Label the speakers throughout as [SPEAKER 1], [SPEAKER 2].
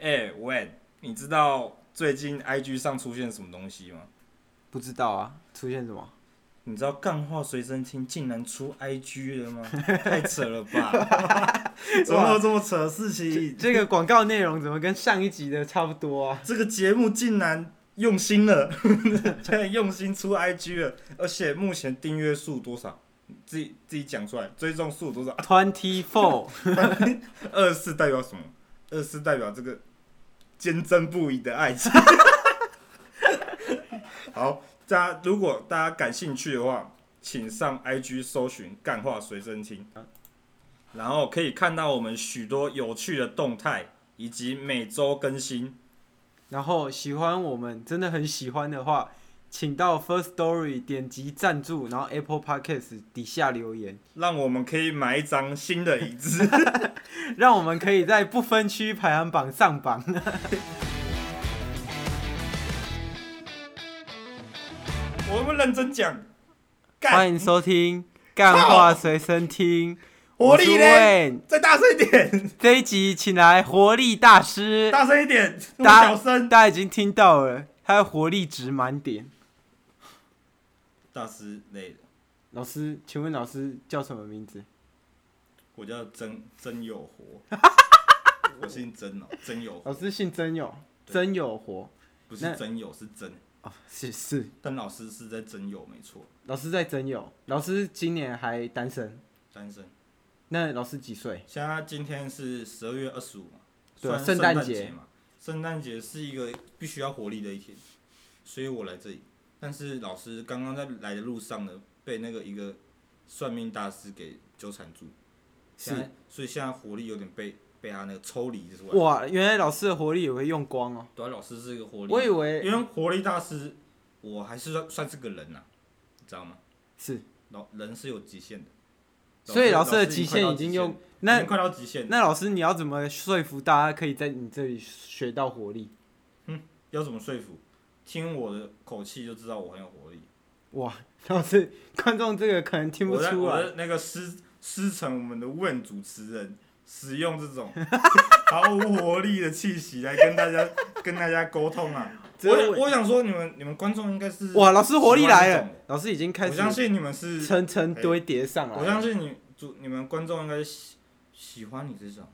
[SPEAKER 1] 哎、w e d 你知道最近 IG 上出现什么东西吗？
[SPEAKER 2] 不知道啊，出现什么？
[SPEAKER 1] 你知道干话随身听竟然出 IG 了吗？太扯了吧！怎么会有这么扯的事情？
[SPEAKER 2] 这个广告内容怎么跟上一集的差不多 啊？
[SPEAKER 1] 这个节目竟然用心了， 竟然用心出 IG 了，而且目前订阅数多少？你自己自己讲出来，追踪数多少？
[SPEAKER 2] Twenty Four，
[SPEAKER 1] 二十四代表什么？二十四代表这个坚贞不移的爱情。好，大家如果大家感兴趣的话，请上 IG 搜寻“干话随身听”，然后可以看到我们许多有趣的动态，以及每周更新。
[SPEAKER 2] 然后喜欢我们，真的很喜欢的话，请到 First Story 点击赞助，然后 Apple Podcast 底下留言，
[SPEAKER 1] 让我们可以买一张新的椅子。
[SPEAKER 2] 让我们可以在不分区排行榜上榜。
[SPEAKER 1] 我们认真讲，
[SPEAKER 2] 欢
[SPEAKER 1] 干
[SPEAKER 2] 迎收听《干话随身听》，
[SPEAKER 1] 活
[SPEAKER 2] 我是
[SPEAKER 1] 力嘞！
[SPEAKER 2] Wen。
[SPEAKER 1] 再大声一点，
[SPEAKER 2] 这一集请来活力大师，
[SPEAKER 1] 大声一点，那么
[SPEAKER 2] 大
[SPEAKER 1] 小声。
[SPEAKER 2] 大家已经听到了，他的活力值满点。
[SPEAKER 1] 大师累了，
[SPEAKER 2] 老师，请问老师叫什么名字？
[SPEAKER 1] 我叫真真有 活，我姓真哦，真有活
[SPEAKER 2] 老师姓曾友，
[SPEAKER 1] 对
[SPEAKER 2] 曾友活
[SPEAKER 1] 不
[SPEAKER 2] 那
[SPEAKER 1] 是真有是真，
[SPEAKER 2] 哦，是是，
[SPEAKER 1] 但老师是在真有没错，
[SPEAKER 2] 老师在曾友，老师今年还单身，
[SPEAKER 1] 单身。
[SPEAKER 2] 那老师几岁？
[SPEAKER 1] 现在今天是十二月二十五嘛，
[SPEAKER 2] 对啊
[SPEAKER 1] 算
[SPEAKER 2] 圣
[SPEAKER 1] 诞
[SPEAKER 2] 诞节
[SPEAKER 1] 节嘛，圣诞节是一个必须要活力的一天，所以我来这里。但是老师刚刚在来的路上呢，被那个一个算命大师给纠缠住，现
[SPEAKER 2] 是
[SPEAKER 1] 在所以现在活力有点被被他那个抽离出来。
[SPEAKER 2] 啊哇，原来老师的活力也会用光哦，
[SPEAKER 1] 对啊，老师是一个活力，
[SPEAKER 2] 我以为
[SPEAKER 1] 因为活力大师，我还是算算是个人呐、啊你知道吗？
[SPEAKER 2] 是，
[SPEAKER 1] 老人是有极限的，
[SPEAKER 2] 所以老
[SPEAKER 1] 老
[SPEAKER 2] 师的极限已经用
[SPEAKER 1] 用已
[SPEAKER 2] 那
[SPEAKER 1] 经快到极限了，
[SPEAKER 2] 那老师你要怎么说服大家可以在你这里学到活力？
[SPEAKER 1] 要怎么说服？听我的口气就知道我很有活力。
[SPEAKER 2] 哇，老师观众这个可能听不
[SPEAKER 1] 我在
[SPEAKER 2] 出
[SPEAKER 1] 我
[SPEAKER 2] 来，
[SPEAKER 1] 的那个师师承我们的问主持人使用这种 毫无活力的气息来跟大家跟大家沟通啊。
[SPEAKER 2] 只有
[SPEAKER 1] 我我想说，你们你们观众应该是，
[SPEAKER 2] 哇，老师活力来
[SPEAKER 1] 喜欢
[SPEAKER 2] 了
[SPEAKER 1] 这种，
[SPEAKER 2] 老师已经开
[SPEAKER 1] 我
[SPEAKER 2] 始
[SPEAKER 1] 相信你们是哎
[SPEAKER 2] 层层堆叠上来
[SPEAKER 1] 我相
[SPEAKER 2] 了。
[SPEAKER 1] 信你主你们观众应该喜喜欢你这种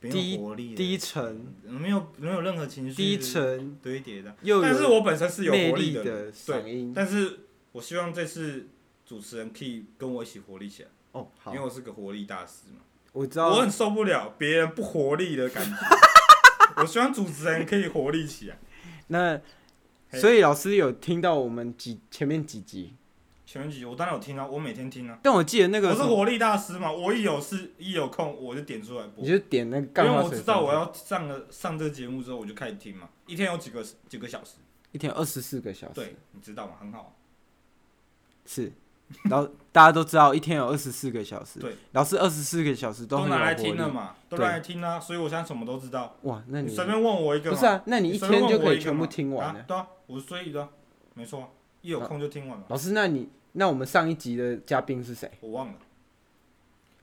[SPEAKER 1] 没
[SPEAKER 2] 低
[SPEAKER 1] 有活力的、
[SPEAKER 2] 低沉、
[SPEAKER 1] 没有没有任何情绪、
[SPEAKER 2] 低沉
[SPEAKER 1] 堆叠的。
[SPEAKER 2] 又
[SPEAKER 1] 但是
[SPEAKER 2] 有
[SPEAKER 1] 我本身是有
[SPEAKER 2] 魅
[SPEAKER 1] 活
[SPEAKER 2] 力
[SPEAKER 1] 的人，
[SPEAKER 2] 的嗓音。
[SPEAKER 1] 但是我希望这次主持人可以跟我一起活力起来，
[SPEAKER 2] 哦，
[SPEAKER 1] 因
[SPEAKER 2] 好
[SPEAKER 1] 为，我是个活力大师嘛。
[SPEAKER 2] 我知
[SPEAKER 1] 我
[SPEAKER 2] 道
[SPEAKER 1] 很受不了别人不活力的感 觉，我希望主持人可以活力起来。
[SPEAKER 2] 那，
[SPEAKER 1] 嘿
[SPEAKER 2] 所以老师有听到我们几前面几集，
[SPEAKER 1] 前面几集我当然有听啊，我每天听啊。
[SPEAKER 2] 但我记得那个
[SPEAKER 1] 我
[SPEAKER 2] 什
[SPEAKER 1] 是
[SPEAKER 2] 么，
[SPEAKER 1] 活力大师嘛，我一有事一有空我就点出来播
[SPEAKER 2] 你。就点那个
[SPEAKER 1] 因
[SPEAKER 2] 干
[SPEAKER 1] 为
[SPEAKER 2] 话
[SPEAKER 1] 我知
[SPEAKER 2] 水分
[SPEAKER 1] 道
[SPEAKER 2] 钟
[SPEAKER 1] 我要上了上这个节目之后，我就开始听嘛，一天有几个几个小时，
[SPEAKER 2] 一天二十四个小时，
[SPEAKER 1] 对，，你知道吗？很好，
[SPEAKER 2] 是，然后大家都知道一天有二十四个小时，
[SPEAKER 1] 对，
[SPEAKER 2] 老师二十四个小时很
[SPEAKER 1] 拿来
[SPEAKER 2] 有
[SPEAKER 1] 听
[SPEAKER 2] 活
[SPEAKER 1] 了
[SPEAKER 2] 力，
[SPEAKER 1] 嘛，都
[SPEAKER 2] 对
[SPEAKER 1] 拿来听啦、所以我现在什么都知道。
[SPEAKER 2] 哇，那
[SPEAKER 1] 你
[SPEAKER 2] 你
[SPEAKER 1] 随便问我一个
[SPEAKER 2] 不
[SPEAKER 1] 嘛，
[SPEAKER 2] 是啊？那你
[SPEAKER 1] 你
[SPEAKER 2] 一
[SPEAKER 1] 随便
[SPEAKER 2] 天就
[SPEAKER 1] 问我
[SPEAKER 2] 可
[SPEAKER 1] 一
[SPEAKER 2] 以
[SPEAKER 1] 个
[SPEAKER 2] 全部
[SPEAKER 1] 嘛
[SPEAKER 2] 听完
[SPEAKER 1] 啊
[SPEAKER 2] 了。
[SPEAKER 1] 对啊，我是所以的啊，没错啊，一有空就听完嘛，
[SPEAKER 2] 老师，那你那我们上一集的嘉宾是谁？
[SPEAKER 1] 我忘了，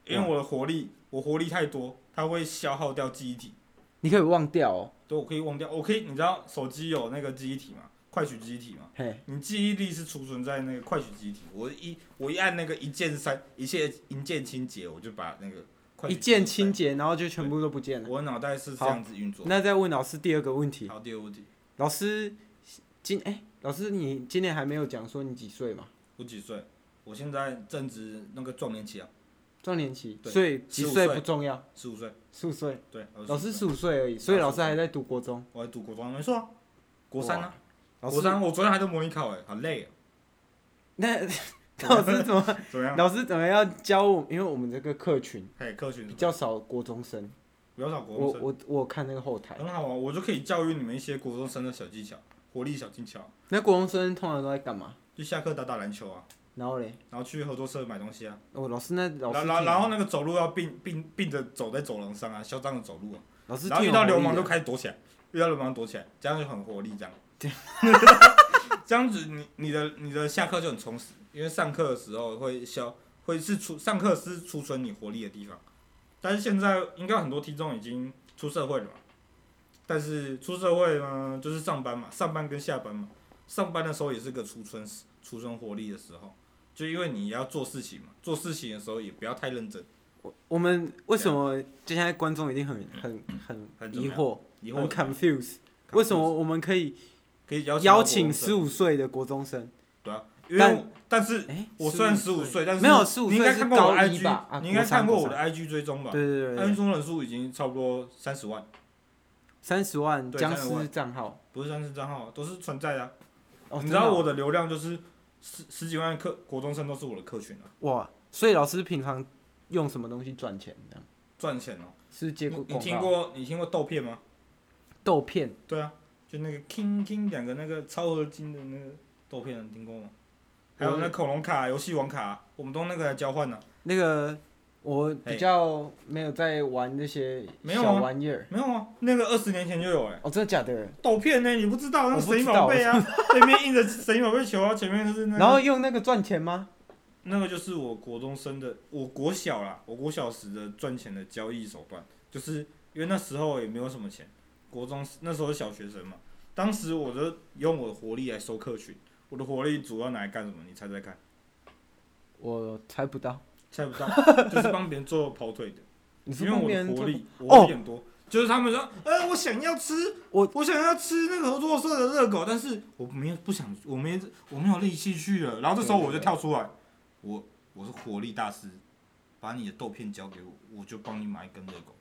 [SPEAKER 1] 因为我的活力，我活力太多，它会消耗掉记忆体，
[SPEAKER 2] 你可以忘掉哦，
[SPEAKER 1] 对，我可以忘掉，我可以，你知道手机有那个记忆体嘛，快取记忆体嘛，
[SPEAKER 2] 嘿，
[SPEAKER 1] 你记忆力是储存在那个快取记忆体，我一我一按那个一键删，一键一键清洁，我就把那个快取记忆
[SPEAKER 2] 一
[SPEAKER 1] 体
[SPEAKER 2] 键清洁，然后就全部都不见
[SPEAKER 1] 删
[SPEAKER 2] 了
[SPEAKER 1] 掉。。我脑袋是这样子运作。
[SPEAKER 2] 那再问老师第二个问题，
[SPEAKER 1] 好，第二个问题，
[SPEAKER 2] 老师今哎、老师你今年还没有讲说你几岁嘛？
[SPEAKER 1] 我几岁？我现在正值那个壮年期啊，
[SPEAKER 2] 壮年期，
[SPEAKER 1] 对
[SPEAKER 2] 所以几
[SPEAKER 1] 15
[SPEAKER 2] 岁
[SPEAKER 1] 岁
[SPEAKER 2] 不重要，
[SPEAKER 1] 十五岁。
[SPEAKER 2] 十五岁，
[SPEAKER 1] 对，我
[SPEAKER 2] 老师
[SPEAKER 1] 15
[SPEAKER 2] 十五岁而已，所以
[SPEAKER 1] 啊
[SPEAKER 2] 老
[SPEAKER 1] 15
[SPEAKER 2] 师
[SPEAKER 1] 岁
[SPEAKER 2] 还在读国中
[SPEAKER 1] 岁，，我还读国中，没错啊，国三啊，
[SPEAKER 2] 老
[SPEAKER 1] 国
[SPEAKER 2] 师
[SPEAKER 1] 三，我昨天还在模拟考哎，好累啊，
[SPEAKER 2] 那老师怎么
[SPEAKER 1] 怎么样？
[SPEAKER 2] 老师怎么要教我？因为我们这个客群
[SPEAKER 1] 嘿，科群
[SPEAKER 2] 比较少国中生，
[SPEAKER 1] 不要找国
[SPEAKER 2] 我
[SPEAKER 1] 中生，
[SPEAKER 2] 我我有看那个后台，
[SPEAKER 1] 很好啊，我就可以教育你们一些国中生的小技巧，活力小技巧，
[SPEAKER 2] 那国中生通常都在干嘛？
[SPEAKER 1] 就下课打打篮球啊，
[SPEAKER 2] 然后嘞，
[SPEAKER 1] 然后去合作社买东西啊。
[SPEAKER 2] 哦，老师那老师啊
[SPEAKER 1] 然
[SPEAKER 2] 挺
[SPEAKER 1] 然然后那个走路要并并并着走在走廊上啊，嚣张的走路啊，
[SPEAKER 2] 老师
[SPEAKER 1] 然后
[SPEAKER 2] 挺
[SPEAKER 1] 遇
[SPEAKER 2] 有
[SPEAKER 1] 到
[SPEAKER 2] 活
[SPEAKER 1] 流
[SPEAKER 2] 力
[SPEAKER 1] 氓
[SPEAKER 2] 的
[SPEAKER 1] 就开始躲起来，遇到流氓躲起来，这样就很活力这样。 这样子你你的你的下课就很充实，因为上课的时候会消会是储上课是储存你活力的地方，但是现在应该很多听众已经出社会了嘛，但是出社会嘛，就是上班嘛，上班跟下班嘛，上班的时候也是个储存储存活力的时候，就因为你要做事情嘛，做事情的时候也不要太认真，
[SPEAKER 2] 我我们为什么就现在观众一定很很啊很
[SPEAKER 1] 很怎么
[SPEAKER 2] 疑
[SPEAKER 1] 样
[SPEAKER 2] 惑，
[SPEAKER 1] 以后
[SPEAKER 2] 很 confuse，为什么我们可以
[SPEAKER 1] 可以邀
[SPEAKER 2] 邀请十
[SPEAKER 1] 十
[SPEAKER 2] 五岁的国中生？
[SPEAKER 1] 对啊，因为我但是
[SPEAKER 2] 哎，
[SPEAKER 1] 我虽然十五岁，但是
[SPEAKER 2] 没有15
[SPEAKER 1] 你应该
[SPEAKER 2] 岁是
[SPEAKER 1] 看过我
[SPEAKER 2] 高一吧啊
[SPEAKER 1] IG，你应该
[SPEAKER 2] 国三
[SPEAKER 1] 看过
[SPEAKER 2] 国
[SPEAKER 1] 我的 IG 追踪吧嗯
[SPEAKER 2] 对
[SPEAKER 1] ，IG 追
[SPEAKER 2] 对对对，
[SPEAKER 1] 踪人数已经差不多三十万，
[SPEAKER 2] 三十万
[SPEAKER 1] 对
[SPEAKER 2] 僵
[SPEAKER 1] 30万
[SPEAKER 2] 尸账号。
[SPEAKER 1] 不是三十账号都是存在的啊、
[SPEAKER 2] 哦，
[SPEAKER 1] 你
[SPEAKER 2] 真
[SPEAKER 1] 知
[SPEAKER 2] 的
[SPEAKER 1] 道
[SPEAKER 2] 哦
[SPEAKER 1] 我的流量就是十十几万客国中生都是我的客群啊，
[SPEAKER 2] 哇，所以老师平常用什么东西赚钱？这样
[SPEAKER 1] 赚钱哦、
[SPEAKER 2] 是不是接过
[SPEAKER 1] 你你
[SPEAKER 2] 广
[SPEAKER 1] 听
[SPEAKER 2] 告
[SPEAKER 1] 过你听过豆片吗？
[SPEAKER 2] 豆片？
[SPEAKER 1] 对啊，就那个 King King 两个那个超合金的那个豆片，你听过吗？还有那恐龙卡、游戏王卡，我们都用那个来交换啊呢、
[SPEAKER 2] 那个我
[SPEAKER 1] 嘿
[SPEAKER 2] 比较没有在玩那些
[SPEAKER 1] 没有啊
[SPEAKER 2] 小玩意儿。
[SPEAKER 1] 没有啊，那个二十年前就有哎、
[SPEAKER 2] 哦，真的假的？
[SPEAKER 1] 豆片呢、你不知道那
[SPEAKER 2] 我
[SPEAKER 1] 个
[SPEAKER 2] 不
[SPEAKER 1] 神
[SPEAKER 2] 知
[SPEAKER 1] 奇
[SPEAKER 2] 道
[SPEAKER 1] 宝贝啊，对面印着 神奇宝贝球啊，前面就是那个。
[SPEAKER 2] 然后用那个赚钱吗？
[SPEAKER 1] 那个就是我国中生的，我国小啦，我国小时的赚钱的交易手段，就是因为那时候也没有什么钱，国中那时候是小学生嘛，当时我就用我的活力来收客群，我的活力主要拿来干什么？你猜猜看，
[SPEAKER 2] 我猜不到。
[SPEAKER 1] 猜不到， 就是帮别人做跑腿的，
[SPEAKER 2] 你是
[SPEAKER 1] 因为
[SPEAKER 2] 帮
[SPEAKER 1] 我
[SPEAKER 2] 别
[SPEAKER 1] 的
[SPEAKER 2] 人
[SPEAKER 1] 活
[SPEAKER 2] 做？
[SPEAKER 1] 力，
[SPEAKER 2] 跑
[SPEAKER 1] 我活力很多，就是他们说，呃，我想要吃，
[SPEAKER 2] 哦我
[SPEAKER 1] 我想要吃那个合作社的热狗，但是我没有不想，我没我没有力气去了。然后这时候我就跳出来，我我是活力大师，把你的豆片交给我，我就帮你买一根热狗，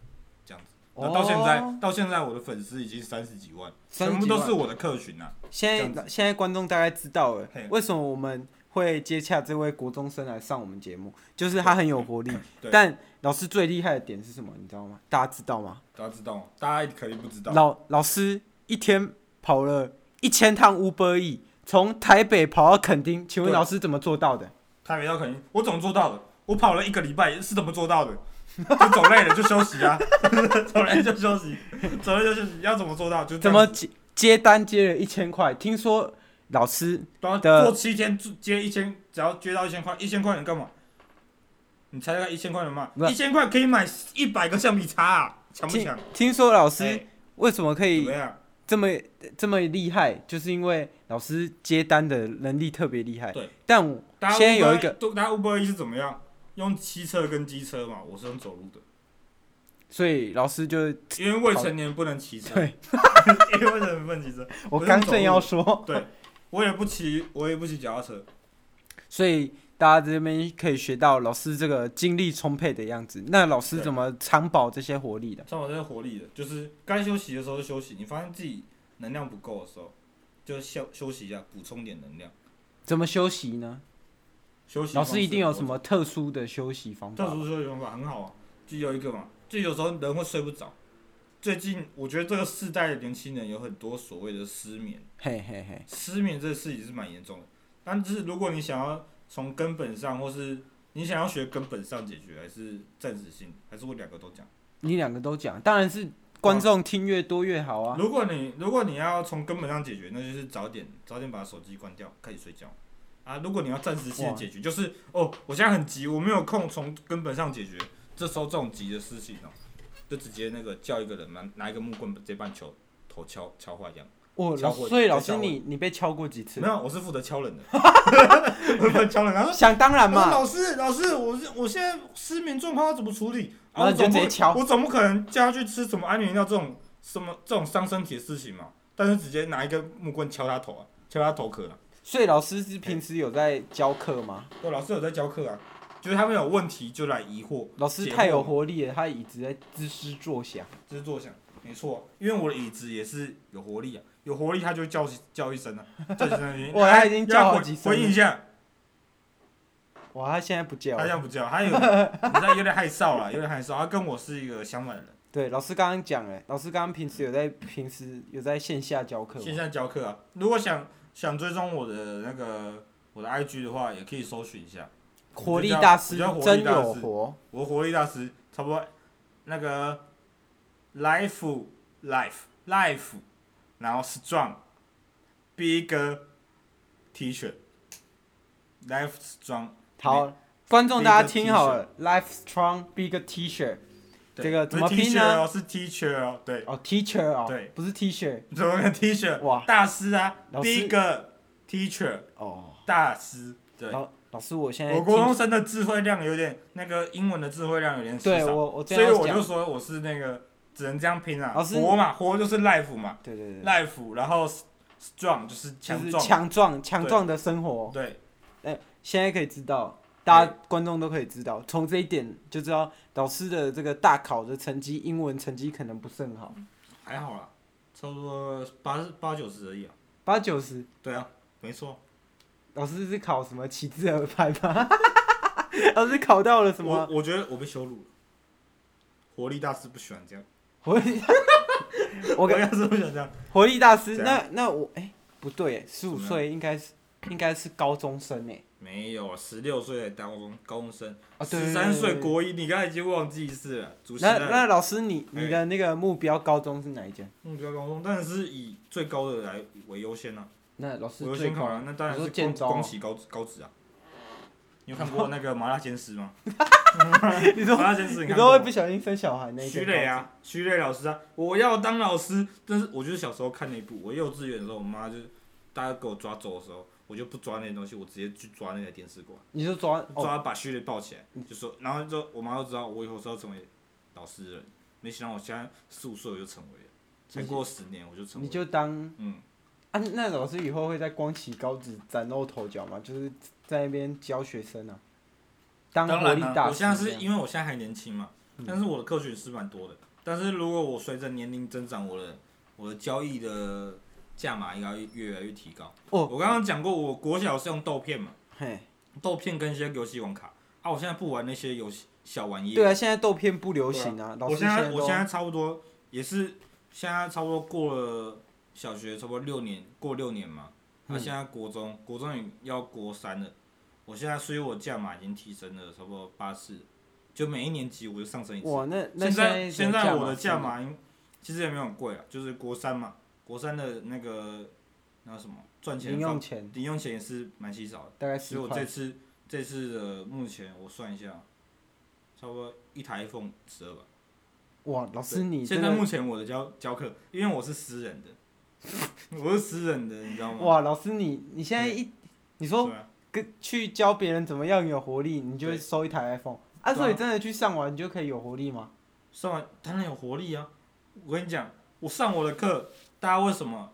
[SPEAKER 1] 这样子。那到现在、
[SPEAKER 2] 哦
[SPEAKER 1] 到现在我的粉丝已经三十几万，
[SPEAKER 2] 30几
[SPEAKER 1] 全
[SPEAKER 2] 万
[SPEAKER 1] 部都是我的客群啊。这
[SPEAKER 2] 现
[SPEAKER 1] 样
[SPEAKER 2] 在现在观众大概知道了
[SPEAKER 1] 嘿，
[SPEAKER 2] 为什么我们会接洽这位国中生来上我们节目，就是他很有活力。
[SPEAKER 1] 对
[SPEAKER 2] 但老师最厉害的点是什么？你知道吗？大家知道吗？
[SPEAKER 1] 大家知道吗？大家可以不知道，
[SPEAKER 2] 老老师一天跑了一千趟 Uber E，从台北跑到垦丁，请问
[SPEAKER 1] 对
[SPEAKER 2] 老师怎么做到的？
[SPEAKER 1] 台北到肯定，我怎么做到的？我跑了一个礼拜是怎么做到的？ 就走累了就休息啊， 走累就休息，走累就休息，要怎么做到？就这
[SPEAKER 2] 怎
[SPEAKER 1] 样
[SPEAKER 2] 么接接单接了一千块？听说老师
[SPEAKER 1] 对啊，
[SPEAKER 2] 的
[SPEAKER 1] 做七天接一千，只要接到一千块，一千块能干嘛？你猜猜看，一千块能嘛？
[SPEAKER 2] 不是
[SPEAKER 1] 一千块可以买一百个橡皮擦、啊，强不
[SPEAKER 2] 听
[SPEAKER 1] 强？
[SPEAKER 2] 听说老
[SPEAKER 1] 哎
[SPEAKER 2] 师为什么可
[SPEAKER 1] 怎
[SPEAKER 2] 以
[SPEAKER 1] 么样？
[SPEAKER 2] 这么这么厉害，就是因为老师接单的能力特别厉害。
[SPEAKER 1] 对，
[SPEAKER 2] 但我
[SPEAKER 1] 大家
[SPEAKER 2] 现在有
[SPEAKER 1] Uber-
[SPEAKER 2] 一个，
[SPEAKER 1] 都大家 Uber E 是怎么样？用汽车跟机车嘛，我是用走路的，
[SPEAKER 2] 所以老师就
[SPEAKER 1] 因为未成年不能骑车，
[SPEAKER 2] 对
[SPEAKER 1] 因为未成年不能骑车，
[SPEAKER 2] 我
[SPEAKER 1] 是
[SPEAKER 2] 刚
[SPEAKER 1] 走
[SPEAKER 2] 正
[SPEAKER 1] 路
[SPEAKER 2] 要
[SPEAKER 1] 的
[SPEAKER 2] 说，
[SPEAKER 1] 我也不骑，我也不骑脚踏车。
[SPEAKER 2] 所以大家这边可以学到老师这个精力充沛的样子。那老师
[SPEAKER 1] 对
[SPEAKER 2] 怎么藏保这些活力的？
[SPEAKER 1] 像我这是活力的，就是该休息的时候就休息，你发现自己能量不够的时候，就休休息一下，补充点能量。
[SPEAKER 2] 怎么休息呢？
[SPEAKER 1] 休息
[SPEAKER 2] 老
[SPEAKER 1] 方
[SPEAKER 2] 师
[SPEAKER 1] 式
[SPEAKER 2] 一定
[SPEAKER 1] 很啊
[SPEAKER 2] 有
[SPEAKER 1] 多
[SPEAKER 2] 什么特殊的休息方
[SPEAKER 1] 特
[SPEAKER 2] 法？
[SPEAKER 1] 殊休息方法很好啊，就有一个嘛，就有时候人会睡不着。最近我觉得这个世代的年轻人有很多所谓的失眠，
[SPEAKER 2] 嘿嘿嘿，
[SPEAKER 1] 失眠这个事情是蛮严重的。但是如果你想要从根本上，或是你想要学根本上解决，还是暂时性，还是我两个都讲。
[SPEAKER 2] 你两个都讲，当然是观众听越多越好啊。
[SPEAKER 1] 如果你如果你要从根本上解决，那就是早点早点把手机关掉，开始睡觉。啊，如果你要暂时性的
[SPEAKER 2] 哇
[SPEAKER 1] 解决，就是哦，我现在很急，我没有空从根本上解决。这时候这种急的事情哦，就直接那个叫一个人拿拿一个木棍直接把你球头敲敲坏这样。
[SPEAKER 2] 哦，
[SPEAKER 1] 敲
[SPEAKER 2] 老
[SPEAKER 1] 过
[SPEAKER 2] 所以老
[SPEAKER 1] 敲
[SPEAKER 2] 师
[SPEAKER 1] 过
[SPEAKER 2] 你你被敲过几次
[SPEAKER 1] 没？有，我是负责敲人 的，我负责敲人。然后
[SPEAKER 2] 想当然
[SPEAKER 1] 他说
[SPEAKER 2] 嘛，
[SPEAKER 1] 老师老师，我是我现在失眠状况要怎么处理？
[SPEAKER 2] 然后
[SPEAKER 1] 我
[SPEAKER 2] 你就
[SPEAKER 1] 总
[SPEAKER 2] 直
[SPEAKER 1] 不
[SPEAKER 2] 接敲
[SPEAKER 1] 我总不可能叫他去吃什么安眠药这种什么这种伤身体的事情嘛。但是直接拿一根木棍敲他头啊，敲他头壳啊。
[SPEAKER 2] 所以老师是平时有在教课吗？
[SPEAKER 1] 对，老师有在教课啊，就是他们有问题就来疑惑，
[SPEAKER 2] 老师
[SPEAKER 1] 解惑
[SPEAKER 2] 太有活力了，他一直在吱吱作响。
[SPEAKER 1] 这是坐想，没错。啊因为我的椅子也是有活力啊，有活力他就叫叫一声啊，叫一声。
[SPEAKER 2] 哇他已经叫好
[SPEAKER 1] 要回
[SPEAKER 2] 几声了
[SPEAKER 1] 回应一下，
[SPEAKER 2] 哇，他现在不叫
[SPEAKER 1] 他这
[SPEAKER 2] 了。
[SPEAKER 1] 样不叫，他有，你知道有点害臊了，有点害臊。他跟我是一个相反的人。
[SPEAKER 2] 对，老师刚刚讲了，老师刚刚平时有在平时有在线下教课吗，
[SPEAKER 1] 线下教课啊，如果想想追踪我的那个我的 IG 的话，也可以搜寻一下。
[SPEAKER 2] 活力
[SPEAKER 1] 我就叫
[SPEAKER 2] 大师
[SPEAKER 1] 我就叫活
[SPEAKER 2] 真
[SPEAKER 1] 力大
[SPEAKER 2] 有
[SPEAKER 1] 师
[SPEAKER 2] 活。
[SPEAKER 1] 我活力大师，差不多那个 life life life，然后 strong big T 恤，life strong
[SPEAKER 2] 好，观众大家
[SPEAKER 1] Big
[SPEAKER 2] 听好了，Life Strong Big T-shirt，
[SPEAKER 1] 对
[SPEAKER 2] 这个
[SPEAKER 1] 不是
[SPEAKER 2] 怎么
[SPEAKER 1] T
[SPEAKER 2] 拼
[SPEAKER 1] 恤
[SPEAKER 2] 呢？
[SPEAKER 1] 哦，是 T 恤哦，对，
[SPEAKER 2] 哦，teacher 哦，
[SPEAKER 1] 对，
[SPEAKER 2] 不是 teacher
[SPEAKER 1] 你怎么个 T 恤？
[SPEAKER 2] 哇
[SPEAKER 1] 大师啊，
[SPEAKER 2] 老师
[SPEAKER 1] 第一个 teacher
[SPEAKER 2] 哦。
[SPEAKER 1] 大师，对，
[SPEAKER 2] 老老师，我现在
[SPEAKER 1] 我国
[SPEAKER 2] 听
[SPEAKER 1] 中生的智慧量有点，那个英文的智慧量有点
[SPEAKER 2] 对
[SPEAKER 1] 稀少，
[SPEAKER 2] 我我这
[SPEAKER 1] 所以
[SPEAKER 2] 样
[SPEAKER 1] 我
[SPEAKER 2] 讲
[SPEAKER 1] 就，说我是那个只能这样拼啊，
[SPEAKER 2] 老师
[SPEAKER 1] 活嘛，活就是 life 嘛
[SPEAKER 2] 对对对，
[SPEAKER 1] ，life，然后 strong 就是
[SPEAKER 2] 就
[SPEAKER 1] 强
[SPEAKER 2] 是
[SPEAKER 1] 壮，
[SPEAKER 2] 强壮强壮的生活，
[SPEAKER 1] 对，
[SPEAKER 2] 现在可以知道，大家观众都可以知道，从这一点就知道老师的这个大考的成绩，英文成绩可能不甚好，
[SPEAKER 1] 还好啦，差不多八八九十而已啊，
[SPEAKER 2] 八九十。
[SPEAKER 1] 对啊，没错，
[SPEAKER 2] 老师是考什么旗帜而拍吗？ 老师考到了什
[SPEAKER 1] 我
[SPEAKER 2] 么？
[SPEAKER 1] 我觉得我被羞辱了，活力大师不喜欢这样，
[SPEAKER 2] 活力， 我
[SPEAKER 1] 活
[SPEAKER 2] 跟
[SPEAKER 1] 力大师不喜欢这样，
[SPEAKER 2] 活力大师，
[SPEAKER 1] 怎
[SPEAKER 2] 那那我哎、不对，十五
[SPEAKER 1] 怎么样
[SPEAKER 2] 岁应该是应该是高中生哎、
[SPEAKER 1] 没有，啊十六岁的高中高中生，
[SPEAKER 2] 哦对
[SPEAKER 1] 十三岁国一，你刚才已经忘记是了，主席
[SPEAKER 2] 那
[SPEAKER 1] 了。
[SPEAKER 2] 那老师你
[SPEAKER 1] 哎
[SPEAKER 2] 你的那个目标高中是哪一间？
[SPEAKER 1] 目标高中，当然是以最高的来为优先啊。
[SPEAKER 2] 那老师
[SPEAKER 1] 我优
[SPEAKER 2] 最
[SPEAKER 1] 先考
[SPEAKER 2] 高
[SPEAKER 1] 量，那当然
[SPEAKER 2] 你
[SPEAKER 1] 是
[SPEAKER 2] 说建
[SPEAKER 1] 光
[SPEAKER 2] 中哦
[SPEAKER 1] 光启高高 职啊。你有看过那个麻辣鲜师吗？
[SPEAKER 2] 你说
[SPEAKER 1] 麻辣鲜师，
[SPEAKER 2] 你
[SPEAKER 1] 看
[SPEAKER 2] 都
[SPEAKER 1] 过
[SPEAKER 2] 会不
[SPEAKER 1] 吗？
[SPEAKER 2] 小心生小孩那一间
[SPEAKER 1] 徐磊啊，徐磊老师啊，我要当老师。但是我就是小时候看那一部，我幼稚园的时候，我妈就是大家给我抓走的时候，我就不抓那些东西，我直接去抓那台电视过
[SPEAKER 2] 高中，你就抓
[SPEAKER 1] 来，
[SPEAKER 2] 哦，嗯
[SPEAKER 1] 抓把徐磊抱起来，就说，然后就我妈就知道我以后是要成为老师人。没想到我现在四五岁我就成为了，才过十年我就成为
[SPEAKER 2] 你
[SPEAKER 1] 了，
[SPEAKER 2] 就当
[SPEAKER 1] 嗯。
[SPEAKER 2] 啊，那老师以后会在光启高职崭露头角嘛？就是在那边教学生啊，当
[SPEAKER 1] 当
[SPEAKER 2] 活
[SPEAKER 1] 然
[SPEAKER 2] 力
[SPEAKER 1] 啦嗯
[SPEAKER 2] 大
[SPEAKER 1] 我
[SPEAKER 2] 师这
[SPEAKER 1] 现
[SPEAKER 2] 样。
[SPEAKER 1] 在是因为我现在还年轻嘛，但是我的客群是蛮多的。但是如果我随着年龄增长，我的我的交易的价码应该越来越提高。
[SPEAKER 2] 哦
[SPEAKER 1] 我刚刚讲过，我国小是用豆片嘛，
[SPEAKER 2] 嘿，
[SPEAKER 1] 豆片跟一些游戏网卡啊，我现在不玩那些游戏小玩意。
[SPEAKER 2] 对啊，现在豆片不流行啊，老
[SPEAKER 1] 我
[SPEAKER 2] 师
[SPEAKER 1] 现在
[SPEAKER 2] 都
[SPEAKER 1] 我现在差不多也是，现在差不多过了小学，差不多六年，过六年嘛。那、
[SPEAKER 2] 嗯
[SPEAKER 1] 现在国中，国中也要国三了。我现在，所以我价码已经提升了差不多八次，就每一年级我就上升一次。
[SPEAKER 2] 哇，那那
[SPEAKER 1] 现在
[SPEAKER 2] 现
[SPEAKER 1] 现在我的
[SPEAKER 2] 的
[SPEAKER 1] 价
[SPEAKER 2] 价码
[SPEAKER 1] 码应其实也没有很贵啊，就是国三嘛，国三的那个那什么赚
[SPEAKER 2] 是
[SPEAKER 1] 钱
[SPEAKER 2] 零
[SPEAKER 1] 方
[SPEAKER 2] 用钱
[SPEAKER 1] 零用钱也是蛮稀少的。
[SPEAKER 2] 大概
[SPEAKER 1] 所
[SPEAKER 2] 十
[SPEAKER 1] 以我这
[SPEAKER 2] 块，
[SPEAKER 1] 次这次的目前我算一下，差不多一台 iPhone 十二吧。
[SPEAKER 2] 哇，老师
[SPEAKER 1] 对
[SPEAKER 2] 你
[SPEAKER 1] 现
[SPEAKER 2] 真
[SPEAKER 1] 在
[SPEAKER 2] 的
[SPEAKER 1] 目前我的教教课，因为我是私人的， 我是私人的，你知道吗？
[SPEAKER 2] 哇，哦老师你你现在一你说
[SPEAKER 1] 对啊
[SPEAKER 2] 跟去教别人怎么样有活力，你就会
[SPEAKER 1] 对
[SPEAKER 2] 收一台 iPhone
[SPEAKER 1] 对
[SPEAKER 2] 啊，
[SPEAKER 1] 啊
[SPEAKER 2] 所以真的去上完你就可以有活力吗？
[SPEAKER 1] 上完当然有活力啊！我跟你讲，我上我的课，大家为什么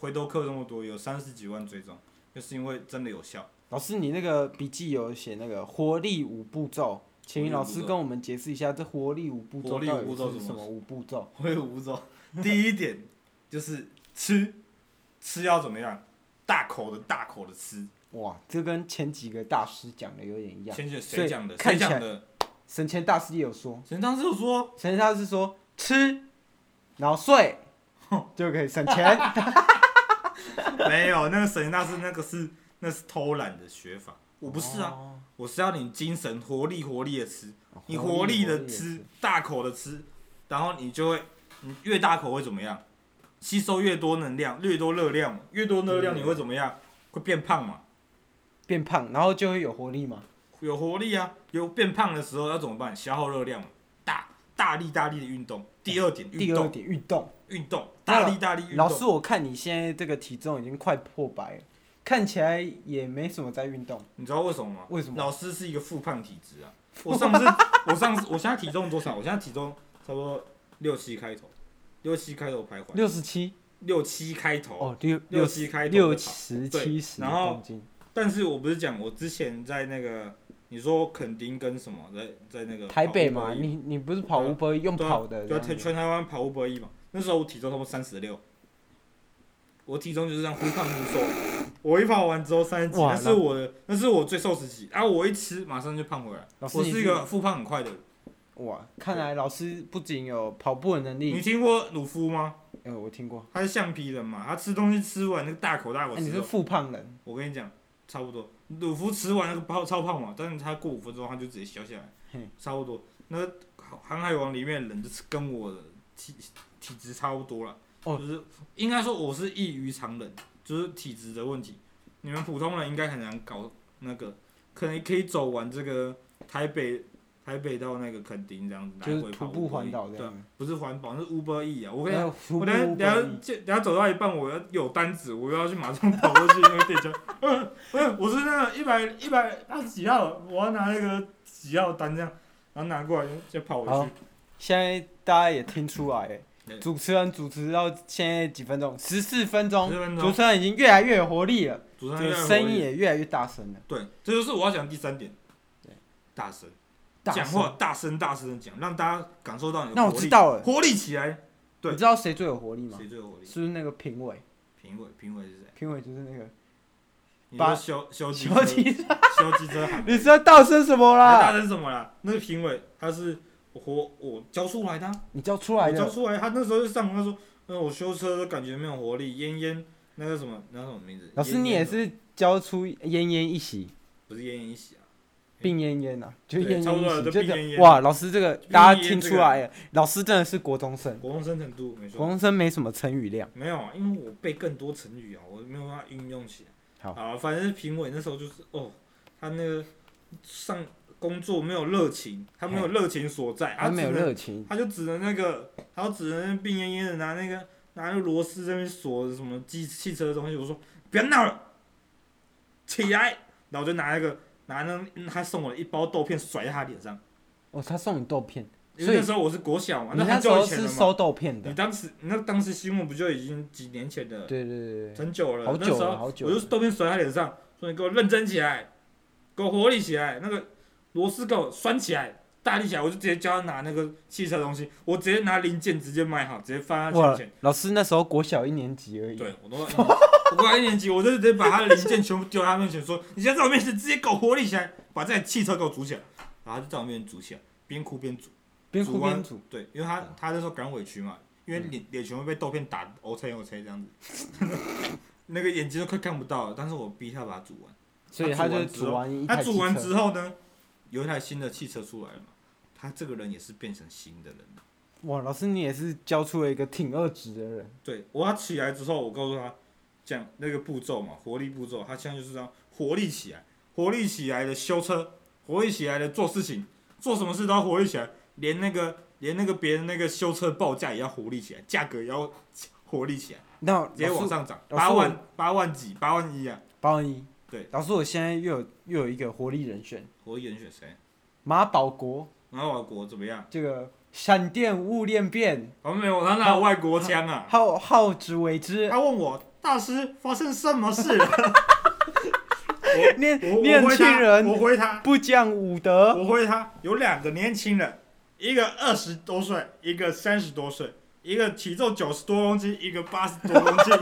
[SPEAKER 1] 回头客这么多，有三十几万追踪，就是因为真的有效。
[SPEAKER 2] 老师，你那个笔记有写那个活力五步骤，请老
[SPEAKER 1] 活力五
[SPEAKER 2] 师
[SPEAKER 1] 步骤
[SPEAKER 2] 跟我们解释一下这活力五步骤
[SPEAKER 1] 活力
[SPEAKER 2] 到
[SPEAKER 1] 五步骤
[SPEAKER 2] 底是
[SPEAKER 1] 是什
[SPEAKER 2] 什
[SPEAKER 1] 么
[SPEAKER 2] 么五步骤？
[SPEAKER 1] 我有五种，第一点就是吃，吃要怎么样？大口的大口的吃。
[SPEAKER 2] 哇，这跟前几个大师讲的有点一样。
[SPEAKER 1] 先去
[SPEAKER 2] 所以
[SPEAKER 1] 谁讲的？
[SPEAKER 2] 看
[SPEAKER 1] 谁
[SPEAKER 2] 起来
[SPEAKER 1] 讲的？
[SPEAKER 2] 神前大师也有说，
[SPEAKER 1] 谁当时有说？
[SPEAKER 2] 神前大师说吃，然后睡 就可以省钱。
[SPEAKER 1] 没有，那个神那是那个是那是偷懒的学法， 我不是啊，
[SPEAKER 2] 啊，
[SPEAKER 1] 我是要你精神活力活力的吃，你
[SPEAKER 2] 活
[SPEAKER 1] 活
[SPEAKER 2] 力
[SPEAKER 1] 力
[SPEAKER 2] 活
[SPEAKER 1] 的
[SPEAKER 2] 力地
[SPEAKER 1] 吃
[SPEAKER 2] 吃，
[SPEAKER 1] 大口的吃，然后你就会，你越大口会怎么样？吸收越多能量，越多热量，越多热量你会怎么样？会变胖嘛？
[SPEAKER 2] 变胖，然后就会有活力嘛。
[SPEAKER 1] 有活力啊！有变胖的时候要怎么办？消耗热量嘛，大大力大力的运动。第二点，
[SPEAKER 2] 第
[SPEAKER 1] 运
[SPEAKER 2] 二
[SPEAKER 1] 动
[SPEAKER 2] 点，运动。
[SPEAKER 1] 运动，
[SPEAKER 2] 那
[SPEAKER 1] 大力大力运
[SPEAKER 2] 老
[SPEAKER 1] 动。
[SPEAKER 2] 师，我看你现在这个体重已经快破百了，看起来也没什么在运动。
[SPEAKER 1] 你知道为什么吗？
[SPEAKER 2] 为什么
[SPEAKER 1] 老师是一个复胖体质啊！我上次，我上次，我现在体重多少？我现在体重差不多六七开头，六七开头徘徊，
[SPEAKER 2] 六十七
[SPEAKER 1] 六七开头。
[SPEAKER 2] 哦，六
[SPEAKER 1] 六
[SPEAKER 2] 六
[SPEAKER 1] 七开头的
[SPEAKER 2] 六
[SPEAKER 1] 吧
[SPEAKER 2] 十
[SPEAKER 1] 对
[SPEAKER 2] 七十
[SPEAKER 1] 然后
[SPEAKER 2] 公斤，
[SPEAKER 1] 但是我不是讲我之前在那个，你说垦丁跟什么，在在那个
[SPEAKER 2] 台北
[SPEAKER 1] 跑
[SPEAKER 2] 嘛，
[SPEAKER 1] 500一
[SPEAKER 2] 你你不是跑五百用
[SPEAKER 1] 对啊
[SPEAKER 2] 跑的这
[SPEAKER 1] 对啊，
[SPEAKER 2] 样子，
[SPEAKER 1] 全全台湾跑五百一嘛，那时候我体重差不多三十六，我体重就是这样忽胖忽瘦。我一跑完之后三十几，
[SPEAKER 2] 哇
[SPEAKER 1] 那是我的，那是我最瘦时期啊！我一吃马上就胖回来，
[SPEAKER 2] 老师
[SPEAKER 1] 我
[SPEAKER 2] 你
[SPEAKER 1] 是一
[SPEAKER 2] 是
[SPEAKER 1] 个复胖很快的人。
[SPEAKER 2] 哇，看来老师不仅有跑步的能
[SPEAKER 1] 你
[SPEAKER 2] 力，
[SPEAKER 1] 听过鲁夫吗？
[SPEAKER 2] 哎，我听过，
[SPEAKER 1] 他是橡皮人嘛，他吃东西吃完那个大口大口
[SPEAKER 2] 哎，你
[SPEAKER 1] 吃
[SPEAKER 2] 是
[SPEAKER 1] 肉，
[SPEAKER 2] 复胖人，
[SPEAKER 1] 我跟你讲，差不多。鲁夫吃完那个泡超胖嘛，但是他过五分钟他就直接消下来
[SPEAKER 2] 嘿，
[SPEAKER 1] 差不多。那《航海王》里面的人就是跟我的体体质差不多了，
[SPEAKER 2] 哦
[SPEAKER 1] 就是应该说我是异于常人，就是体质的问题。你们普通人应该很难搞那个，可能可以走完这个台北台北到那个垦丁这样子，
[SPEAKER 2] 就
[SPEAKER 1] 来
[SPEAKER 2] 是
[SPEAKER 1] 回跑
[SPEAKER 2] 徒步
[SPEAKER 1] Uber
[SPEAKER 2] 环
[SPEAKER 1] Eats，
[SPEAKER 2] 岛这
[SPEAKER 1] 对
[SPEAKER 2] 样
[SPEAKER 1] 啊，。不是环保，是 Uber E 啊！我跟你
[SPEAKER 2] 然
[SPEAKER 1] 讲，
[SPEAKER 2] 后徒
[SPEAKER 1] 我
[SPEAKER 2] 步
[SPEAKER 1] 等下
[SPEAKER 2] 环
[SPEAKER 1] 等下
[SPEAKER 2] 岛
[SPEAKER 1] 就等下走到一半，我要有单子，我又要去马上跑过去那个店家， 嗯，嗯，我是那个一百一百二十几号，我要拿那个几号单这样，然后拿过来就跑回
[SPEAKER 2] 好
[SPEAKER 1] 去。
[SPEAKER 2] 现在大家也听出来欸
[SPEAKER 1] 对，
[SPEAKER 2] 主持人主持到现在几分钟？十四分钟，
[SPEAKER 1] 十分
[SPEAKER 2] 主
[SPEAKER 1] 钟，
[SPEAKER 2] 持人已经越来越有活力了，
[SPEAKER 1] 主
[SPEAKER 2] 就
[SPEAKER 1] 持人
[SPEAKER 2] 是
[SPEAKER 1] 要有
[SPEAKER 2] 声
[SPEAKER 1] 活
[SPEAKER 2] 音
[SPEAKER 1] 力
[SPEAKER 2] 也越来越大声了。
[SPEAKER 1] 对，这就是我要讲的第三点
[SPEAKER 2] 对，
[SPEAKER 1] 大声
[SPEAKER 2] 大
[SPEAKER 1] 讲
[SPEAKER 2] 声，
[SPEAKER 1] 话，大声大声的讲，让大家感受到你的
[SPEAKER 2] 那我
[SPEAKER 1] 活
[SPEAKER 2] 知
[SPEAKER 1] 力
[SPEAKER 2] 道了，
[SPEAKER 1] 活力起来，对
[SPEAKER 2] 你知道谁最有活力吗？
[SPEAKER 1] 谁最有活力？
[SPEAKER 2] 是不是那个评委？
[SPEAKER 1] 评委，评委是谁？
[SPEAKER 2] 评委就是那个
[SPEAKER 1] 你
[SPEAKER 2] 把
[SPEAKER 1] 说修修机车
[SPEAKER 2] 小提琴，
[SPEAKER 1] 修机 车行
[SPEAKER 2] 你知道大声什么
[SPEAKER 1] 那大
[SPEAKER 2] 啦？
[SPEAKER 1] 声什么啦？那个评委他是我我教出来的啊、
[SPEAKER 2] 你叫出来
[SPEAKER 1] 我教
[SPEAKER 2] 的，
[SPEAKER 1] 出来。他那时候就上，他说：“嗯，我修车都感觉没有活力。”嫣嫣，那个什么，那个什么名字？
[SPEAKER 2] 老师
[SPEAKER 1] 嫣
[SPEAKER 2] 你
[SPEAKER 1] 嫣
[SPEAKER 2] 也
[SPEAKER 1] 什么
[SPEAKER 2] 是教出奄奄一息，
[SPEAKER 1] 不是奄奄一息啊？
[SPEAKER 2] 病恹恹呐，就
[SPEAKER 1] 对
[SPEAKER 2] 奄
[SPEAKER 1] 差不多
[SPEAKER 2] 奄
[SPEAKER 1] 了
[SPEAKER 2] 一息，
[SPEAKER 1] 就
[SPEAKER 2] 这
[SPEAKER 1] 病恹
[SPEAKER 2] 个
[SPEAKER 1] 恹
[SPEAKER 2] 哇，老师这个
[SPEAKER 1] 病恹恹
[SPEAKER 2] 大家听
[SPEAKER 1] 这
[SPEAKER 2] 出
[SPEAKER 1] 个
[SPEAKER 2] 来了，老师真的是国中生，
[SPEAKER 1] 国中生程度没
[SPEAKER 2] 国
[SPEAKER 1] 错。
[SPEAKER 2] 中生没什么成语量。
[SPEAKER 1] 没有啊，因为我背更多成语啊，我没有办法运用起来。
[SPEAKER 2] 好
[SPEAKER 1] 啊，反正评委那时候就是哦，他那个上工作没有热情，他没有热情所在，
[SPEAKER 2] 他没有
[SPEAKER 1] 只能
[SPEAKER 2] 热情，
[SPEAKER 1] 他就只能那个，他就只能病恹恹的拿那个拿那个螺丝在那边锁什么机汽车的东西。我说不要闹了，起来！然后我就拿那个拿那他送我的一包豆片甩在他脸上，
[SPEAKER 2] 哦，他送你豆片，
[SPEAKER 1] 因
[SPEAKER 2] 所
[SPEAKER 1] 为
[SPEAKER 2] 以
[SPEAKER 1] 那时候我是国小嘛，
[SPEAKER 2] 你那
[SPEAKER 1] 很
[SPEAKER 2] 时
[SPEAKER 1] 久
[SPEAKER 2] 候
[SPEAKER 1] 以前
[SPEAKER 2] 是
[SPEAKER 1] 了嘛。
[SPEAKER 2] 收豆片
[SPEAKER 1] 你
[SPEAKER 2] 的，
[SPEAKER 1] 当时那当时新闻不就已经几年前的，
[SPEAKER 2] 对对对对，
[SPEAKER 1] 很久了，
[SPEAKER 2] 好久了
[SPEAKER 1] 那时候
[SPEAKER 2] 好久
[SPEAKER 1] 我
[SPEAKER 2] 了
[SPEAKER 1] 就豆片甩在他脸上，说你给我认真起来，给我活力起来，那个螺丝给我拴起来。大力起来，我就直接教他拿那个汽车的东西，我直接拿零件直接卖好，直接放在他
[SPEAKER 2] 哇
[SPEAKER 1] 面前。，
[SPEAKER 2] 老师那时候国小一年级而已，
[SPEAKER 1] 对，我都我过来一年级，我就直接把他的零件全部丢在他面前，说：“你现在在我面前直接搞活力起来，把这台汽车给我组起来。”然后他就在我面前组起来，边哭边组。
[SPEAKER 2] 边哭
[SPEAKER 1] 煮完
[SPEAKER 2] 边煮，
[SPEAKER 1] 对，因为他他那时候感到委屈嘛，因为
[SPEAKER 2] 嗯
[SPEAKER 1] 脸脸全部被豆片打 O C O C 这样子， 那个眼睛都快看不到了。但是我逼他把它煮完。
[SPEAKER 2] 所以
[SPEAKER 1] 他
[SPEAKER 2] 他
[SPEAKER 1] 煮
[SPEAKER 2] 就
[SPEAKER 1] 完之
[SPEAKER 2] 煮完一
[SPEAKER 1] 他
[SPEAKER 2] 台
[SPEAKER 1] 煮
[SPEAKER 2] 汽
[SPEAKER 1] 完
[SPEAKER 2] 车，
[SPEAKER 1] 之后呢，有一台新的汽车出来了嘛，他这个人也是变成新的人了。
[SPEAKER 2] 哇，老师你也是教出了一个挺二职的人，
[SPEAKER 1] 对，我要起来之后，我告诉他讲那个步骤嘛，活力步骤，他现在就是这样活力起来，活力起来的修车，活力起来的做事情，做什么事都要活力起来，连那个连那个别人那个修车报价也要活力起来，价格也要 活力起来，
[SPEAKER 2] 那
[SPEAKER 1] 直接
[SPEAKER 2] 老
[SPEAKER 1] 往
[SPEAKER 2] 师
[SPEAKER 1] 上涨，
[SPEAKER 2] 老师
[SPEAKER 1] 八
[SPEAKER 2] 我
[SPEAKER 1] 万八万几，八万一啊，
[SPEAKER 2] 包你，
[SPEAKER 1] 对，
[SPEAKER 2] 老师我现在又有又有一个活力人选，
[SPEAKER 1] 活力人选谁？
[SPEAKER 2] 马保国
[SPEAKER 1] 然后外国怎么样？
[SPEAKER 2] 这个闪电物恋变，
[SPEAKER 1] 我们没有，他拿外国枪啊！
[SPEAKER 2] 好好之为之，
[SPEAKER 1] 他问我大师发生什么 事了？我
[SPEAKER 2] 年
[SPEAKER 1] 我
[SPEAKER 2] 年
[SPEAKER 1] 我回
[SPEAKER 2] 轻
[SPEAKER 1] 他
[SPEAKER 2] 人
[SPEAKER 1] 我回他，
[SPEAKER 2] 不讲武德，
[SPEAKER 1] 我回他有两个年轻人，一个二十多岁，一个三十多岁，一个体重九十多公斤，一个八十多公斤。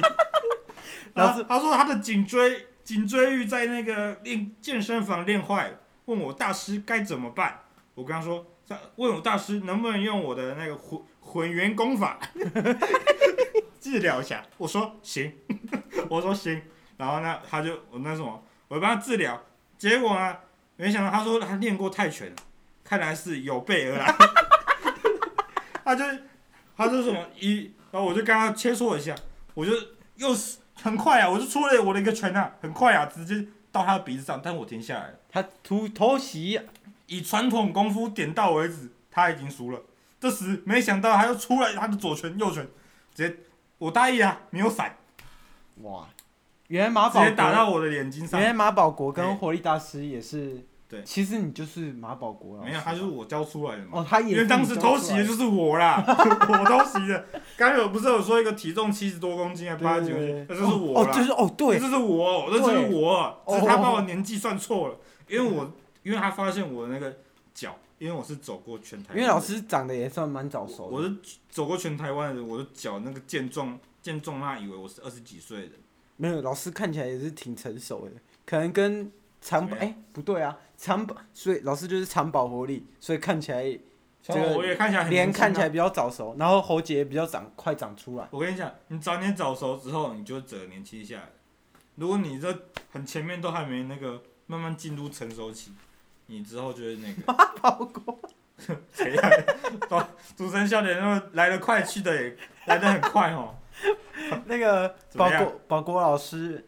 [SPEAKER 2] 老师
[SPEAKER 1] 他他说他的颈椎颈椎域在那个练健身房练坏了，问我大师该怎么办。我跟他说，他问我大师能不能用我的那个混混元功法 治疗一下。我说行， 我说行。然后呢，他就我那什么，我帮他治疗，结果呢，没想到他说他练过泰拳，看来是有备而来。 他就他就什
[SPEAKER 2] 啊
[SPEAKER 1] 么一，然后我就跟他切磋一下，我就又是很快啊，我就出了我的一个拳啊，很快啊，直接到他的鼻子上，但我停下来了。
[SPEAKER 2] 他突偷袭，
[SPEAKER 1] 以传统功夫点到为止，他已经输了。这时没想到他又出来他的左拳右拳，直接我大意啊，没有闪，
[SPEAKER 2] 哇，原来马
[SPEAKER 1] 直
[SPEAKER 2] 保
[SPEAKER 1] 接
[SPEAKER 2] 国
[SPEAKER 1] 打到我的眼睛上
[SPEAKER 2] 原。来马保国
[SPEAKER 1] 哎
[SPEAKER 2] 跟活力大师也是，
[SPEAKER 1] 对
[SPEAKER 2] 其实你就是马保国老师
[SPEAKER 1] 没有，他就是我教出来的嘛。
[SPEAKER 2] 哦，他也
[SPEAKER 1] 因为当时偷袭的
[SPEAKER 2] 是
[SPEAKER 1] 就是我啦， 我偷袭的。刚才我不是有说一个体重七十多公斤还
[SPEAKER 2] 你
[SPEAKER 1] 八
[SPEAKER 2] 教出来
[SPEAKER 1] 十九公斤，那
[SPEAKER 2] 的对对对
[SPEAKER 1] 就是我
[SPEAKER 2] 哦，
[SPEAKER 1] 啦，
[SPEAKER 2] 就是哦，
[SPEAKER 1] 那
[SPEAKER 2] 对，
[SPEAKER 1] 就是我，那就是我，只
[SPEAKER 2] 对哦
[SPEAKER 1] 是他把我年纪算错了，因为我因为他发现我那个脚，因为我是走过全台湾
[SPEAKER 2] 因
[SPEAKER 1] 的，
[SPEAKER 2] 为老师长得也算蛮早
[SPEAKER 1] 我
[SPEAKER 2] 熟
[SPEAKER 1] 我
[SPEAKER 2] 的，
[SPEAKER 1] 是走过全台湾的人，我的脚那个健壮健壮那以为我是二十几岁的人，
[SPEAKER 2] 没有老师看起来也是挺成熟的，可能跟长保
[SPEAKER 1] 怎么
[SPEAKER 2] 哎、不对啊，长保所以老师就是长保活力，所以看起来这
[SPEAKER 1] 从我
[SPEAKER 2] 个
[SPEAKER 1] 也看起来很
[SPEAKER 2] 脸
[SPEAKER 1] 年轻
[SPEAKER 2] 看
[SPEAKER 1] 啊
[SPEAKER 2] 起来比较早熟，然后喉结也比较长快长 出来，
[SPEAKER 1] 我跟你讲，你早点早熟之后，你就整年轻下来。如果你这很前面都还没那个，慢慢进入成熟期，你之后就是那个
[SPEAKER 2] 包括
[SPEAKER 1] 谁呀？哦主持人笑点那么来得快，去的也来得很快哦。
[SPEAKER 2] 那个
[SPEAKER 1] 怎
[SPEAKER 2] 保
[SPEAKER 1] 么样
[SPEAKER 2] 国保国老师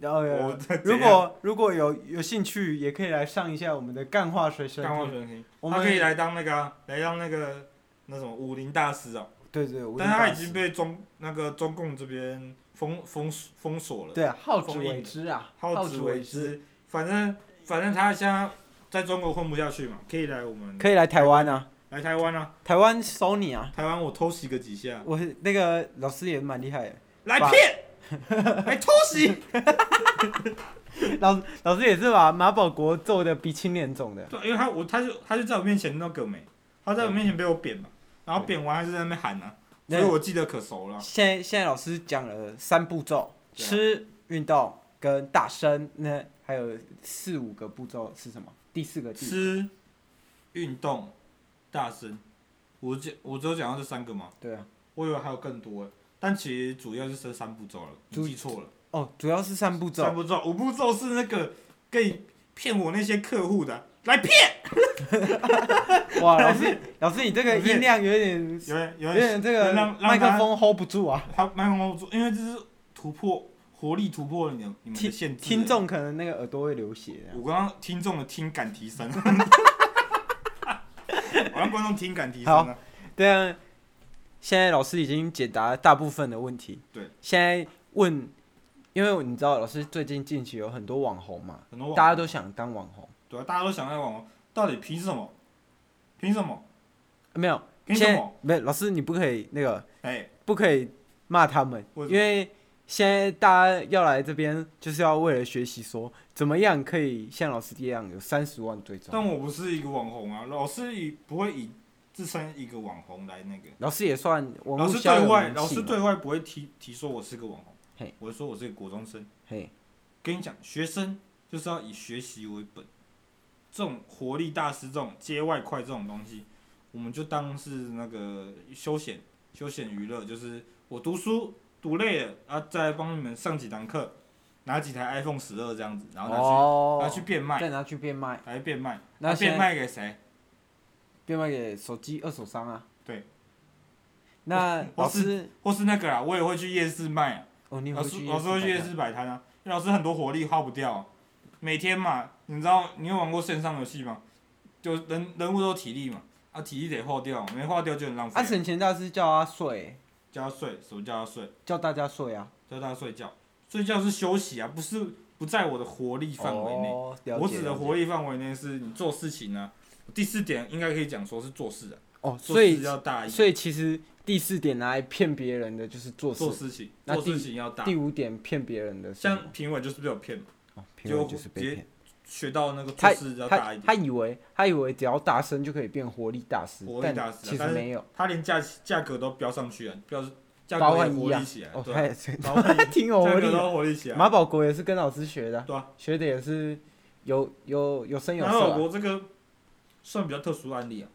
[SPEAKER 2] 然后
[SPEAKER 1] 我
[SPEAKER 2] 有
[SPEAKER 1] 这
[SPEAKER 2] 如
[SPEAKER 1] 怎样
[SPEAKER 2] 果如果有有兴趣，也可以来上一下我们的干话水声。
[SPEAKER 1] 干化学听，
[SPEAKER 2] 我
[SPEAKER 1] 他
[SPEAKER 2] 们
[SPEAKER 1] 可以来当那个啊、来当那个那什么武林大师啊，
[SPEAKER 2] 对对，我
[SPEAKER 1] 但
[SPEAKER 2] 一
[SPEAKER 1] 他
[SPEAKER 2] 定
[SPEAKER 1] 已
[SPEAKER 2] 大
[SPEAKER 1] 经
[SPEAKER 2] 师
[SPEAKER 1] 被中那个中共这边封封封锁了，
[SPEAKER 2] 对啊，好自
[SPEAKER 1] 封印
[SPEAKER 2] 为
[SPEAKER 1] 了
[SPEAKER 2] 之啊，
[SPEAKER 1] 好自
[SPEAKER 2] 自
[SPEAKER 1] 为
[SPEAKER 2] 之，
[SPEAKER 1] 之。反正反正他现在在中国混不下去嘛，可以来我们
[SPEAKER 2] 可以来台湾啊，
[SPEAKER 1] 来台湾啊，
[SPEAKER 2] 台湾收你啊。
[SPEAKER 1] 台湾我偷袭个几下，
[SPEAKER 2] 我那个老师也蛮厉害的，
[SPEAKER 1] 来
[SPEAKER 2] 把
[SPEAKER 1] 骗， 来偷袭，
[SPEAKER 2] 老老师也是把马保国揍的鼻青脸肿的。
[SPEAKER 1] 对，因为他我他就他就在我面前那个没，他在我面前被我扁嘛，然后扁完还是在那边喊呢、啊，所以我记得可熟了啊，
[SPEAKER 2] 现在现在老师讲了三步骤：
[SPEAKER 1] 对啊
[SPEAKER 2] 吃、运动跟大声。那还有四五个步骤是什么？第四个第
[SPEAKER 1] 吃、运动、大声，我只我只有讲到这三个嘛，
[SPEAKER 2] 对啊，
[SPEAKER 1] 我以为还有更多欸，但其实主要就是这三步骤了，你
[SPEAKER 2] 主
[SPEAKER 1] 记错了。
[SPEAKER 2] 哦，主要是三步
[SPEAKER 1] 三
[SPEAKER 2] 骤。
[SPEAKER 1] 步骤，五步骤是那个可以骗我那些客户的，来骗，
[SPEAKER 2] 哇，老师老师，你这个
[SPEAKER 1] 不是
[SPEAKER 2] 音量有点
[SPEAKER 1] 有人有
[SPEAKER 2] 有
[SPEAKER 1] 人
[SPEAKER 2] 点这个
[SPEAKER 1] 让让
[SPEAKER 2] 麦克
[SPEAKER 1] 他
[SPEAKER 2] 风 hold 不住啊，
[SPEAKER 1] 他麦克风住，因为这是突破活力突破了你的你们的
[SPEAKER 2] 听
[SPEAKER 1] 限制。
[SPEAKER 2] 听，众可能那个耳朵会流血这样。
[SPEAKER 1] 我刚刚听众的听感提升， 我让观众听感提升了。
[SPEAKER 2] 对啊，现在老师已经解答大部分的问题。
[SPEAKER 1] 对，
[SPEAKER 2] 现在问，因为你知道老师最近近期有很多网红嘛，
[SPEAKER 1] 很多网
[SPEAKER 2] 大家都想当网红，
[SPEAKER 1] 对啊，大家都想要网红，到底凭什么？凭什么？
[SPEAKER 2] 啊没有，
[SPEAKER 1] 凭
[SPEAKER 2] 现
[SPEAKER 1] 什
[SPEAKER 2] 在
[SPEAKER 1] 么？
[SPEAKER 2] 没有老师你不可以那个，
[SPEAKER 1] 哎，
[SPEAKER 2] 不可以骂他们，
[SPEAKER 1] 为什么
[SPEAKER 2] 因为现在大家要来这边就是要为了学习说怎么样可以像老师一样有三十万追踪。
[SPEAKER 1] 但我不是一个网红啊，老师以不会以自称一个网红来那个。
[SPEAKER 2] 老师也算网
[SPEAKER 1] 老
[SPEAKER 2] 络
[SPEAKER 1] 师
[SPEAKER 2] 小
[SPEAKER 1] 对
[SPEAKER 2] 有
[SPEAKER 1] 外，
[SPEAKER 2] 名
[SPEAKER 1] 老
[SPEAKER 2] 气
[SPEAKER 1] 师
[SPEAKER 2] 嘛，
[SPEAKER 1] 对外不会提提说我是个网红
[SPEAKER 2] 嘿，
[SPEAKER 1] 我会说我是个国中生。
[SPEAKER 2] 嘿，
[SPEAKER 1] 跟你讲，学生就是要以学习为本，这种活力大师、这种街外快这种东西，我们就当是那个休闲休闲娱乐，就是我读书读累了啊，再来帮你们上几堂课，拿几台 iPhone 十二这样子，然后拿去、
[SPEAKER 2] 哦，
[SPEAKER 1] 拿去变卖，
[SPEAKER 2] 再拿去变卖，
[SPEAKER 1] 拿去变卖，
[SPEAKER 2] 那
[SPEAKER 1] 啊
[SPEAKER 2] 现在
[SPEAKER 1] 变卖给谁？
[SPEAKER 2] 变卖给手机二手商啊。
[SPEAKER 1] 对。
[SPEAKER 2] 那
[SPEAKER 1] 我
[SPEAKER 2] 老
[SPEAKER 1] 我是
[SPEAKER 2] 师，
[SPEAKER 1] 或是那个啦，我也会去夜市卖啊。
[SPEAKER 2] 哦，你
[SPEAKER 1] 老
[SPEAKER 2] 回
[SPEAKER 1] 师
[SPEAKER 2] 去
[SPEAKER 1] 老师会去夜
[SPEAKER 2] 摆摊
[SPEAKER 1] 市摆摊啊，因为老师很多活力耗不掉啊、每天嘛，你知道你有玩过线上游戏吗？就人人物都有体力嘛，啊体力得耗掉，没耗掉就很浪费
[SPEAKER 2] 啊，
[SPEAKER 1] 啊、
[SPEAKER 2] 省钱大师叫他睡，
[SPEAKER 1] 叫他睡，什么叫他睡？
[SPEAKER 2] 叫大家睡啊。
[SPEAKER 1] 叫他睡觉，睡觉是休息啊，不是不在我的活力范围内。
[SPEAKER 2] 哦了解
[SPEAKER 1] 我指的
[SPEAKER 2] 了解
[SPEAKER 1] 活力范围内是你做事情呢、第四点应该可以讲说是做事啊，
[SPEAKER 2] 哦，
[SPEAKER 1] 做
[SPEAKER 2] 所
[SPEAKER 1] 事
[SPEAKER 2] 以
[SPEAKER 1] 要大一点，
[SPEAKER 2] 所以其实第四点拿来骗别人的就是做
[SPEAKER 1] 做
[SPEAKER 2] 事，
[SPEAKER 1] 事情
[SPEAKER 2] 那
[SPEAKER 1] 做
[SPEAKER 2] 第
[SPEAKER 1] 事情要大。
[SPEAKER 2] 第五点骗别人的是什
[SPEAKER 1] 像
[SPEAKER 2] 么
[SPEAKER 1] 评委就是被我骗嘛，
[SPEAKER 2] 哦，评论
[SPEAKER 1] 就
[SPEAKER 2] 就是被骗。
[SPEAKER 1] 学到那个做
[SPEAKER 2] 他
[SPEAKER 1] 事要大
[SPEAKER 2] 他
[SPEAKER 1] 一点。
[SPEAKER 2] 他以为他以为只要大声就可以变活力大师，
[SPEAKER 1] 活力
[SPEAKER 2] 但
[SPEAKER 1] 大师啊
[SPEAKER 2] 其实
[SPEAKER 1] 但是
[SPEAKER 2] 没有
[SPEAKER 1] 它连价价格都飙上去了，标价
[SPEAKER 2] 八
[SPEAKER 1] 格也
[SPEAKER 2] 万一
[SPEAKER 1] 活
[SPEAKER 2] 啊
[SPEAKER 1] 力起来，
[SPEAKER 2] 哦，
[SPEAKER 1] 对
[SPEAKER 2] 他
[SPEAKER 1] 啊，
[SPEAKER 2] 也是
[SPEAKER 1] 八 万一
[SPEAKER 2] 挺有活
[SPEAKER 1] 价
[SPEAKER 2] 力
[SPEAKER 1] 格
[SPEAKER 2] 的。
[SPEAKER 1] 都活力起来。
[SPEAKER 2] 马保国也是跟老师学的啊，
[SPEAKER 1] 对啊
[SPEAKER 2] 学的也是有有有声有
[SPEAKER 1] 然
[SPEAKER 2] 色、
[SPEAKER 1] 后
[SPEAKER 2] 啊，
[SPEAKER 1] 我这个算比较特殊案例啊，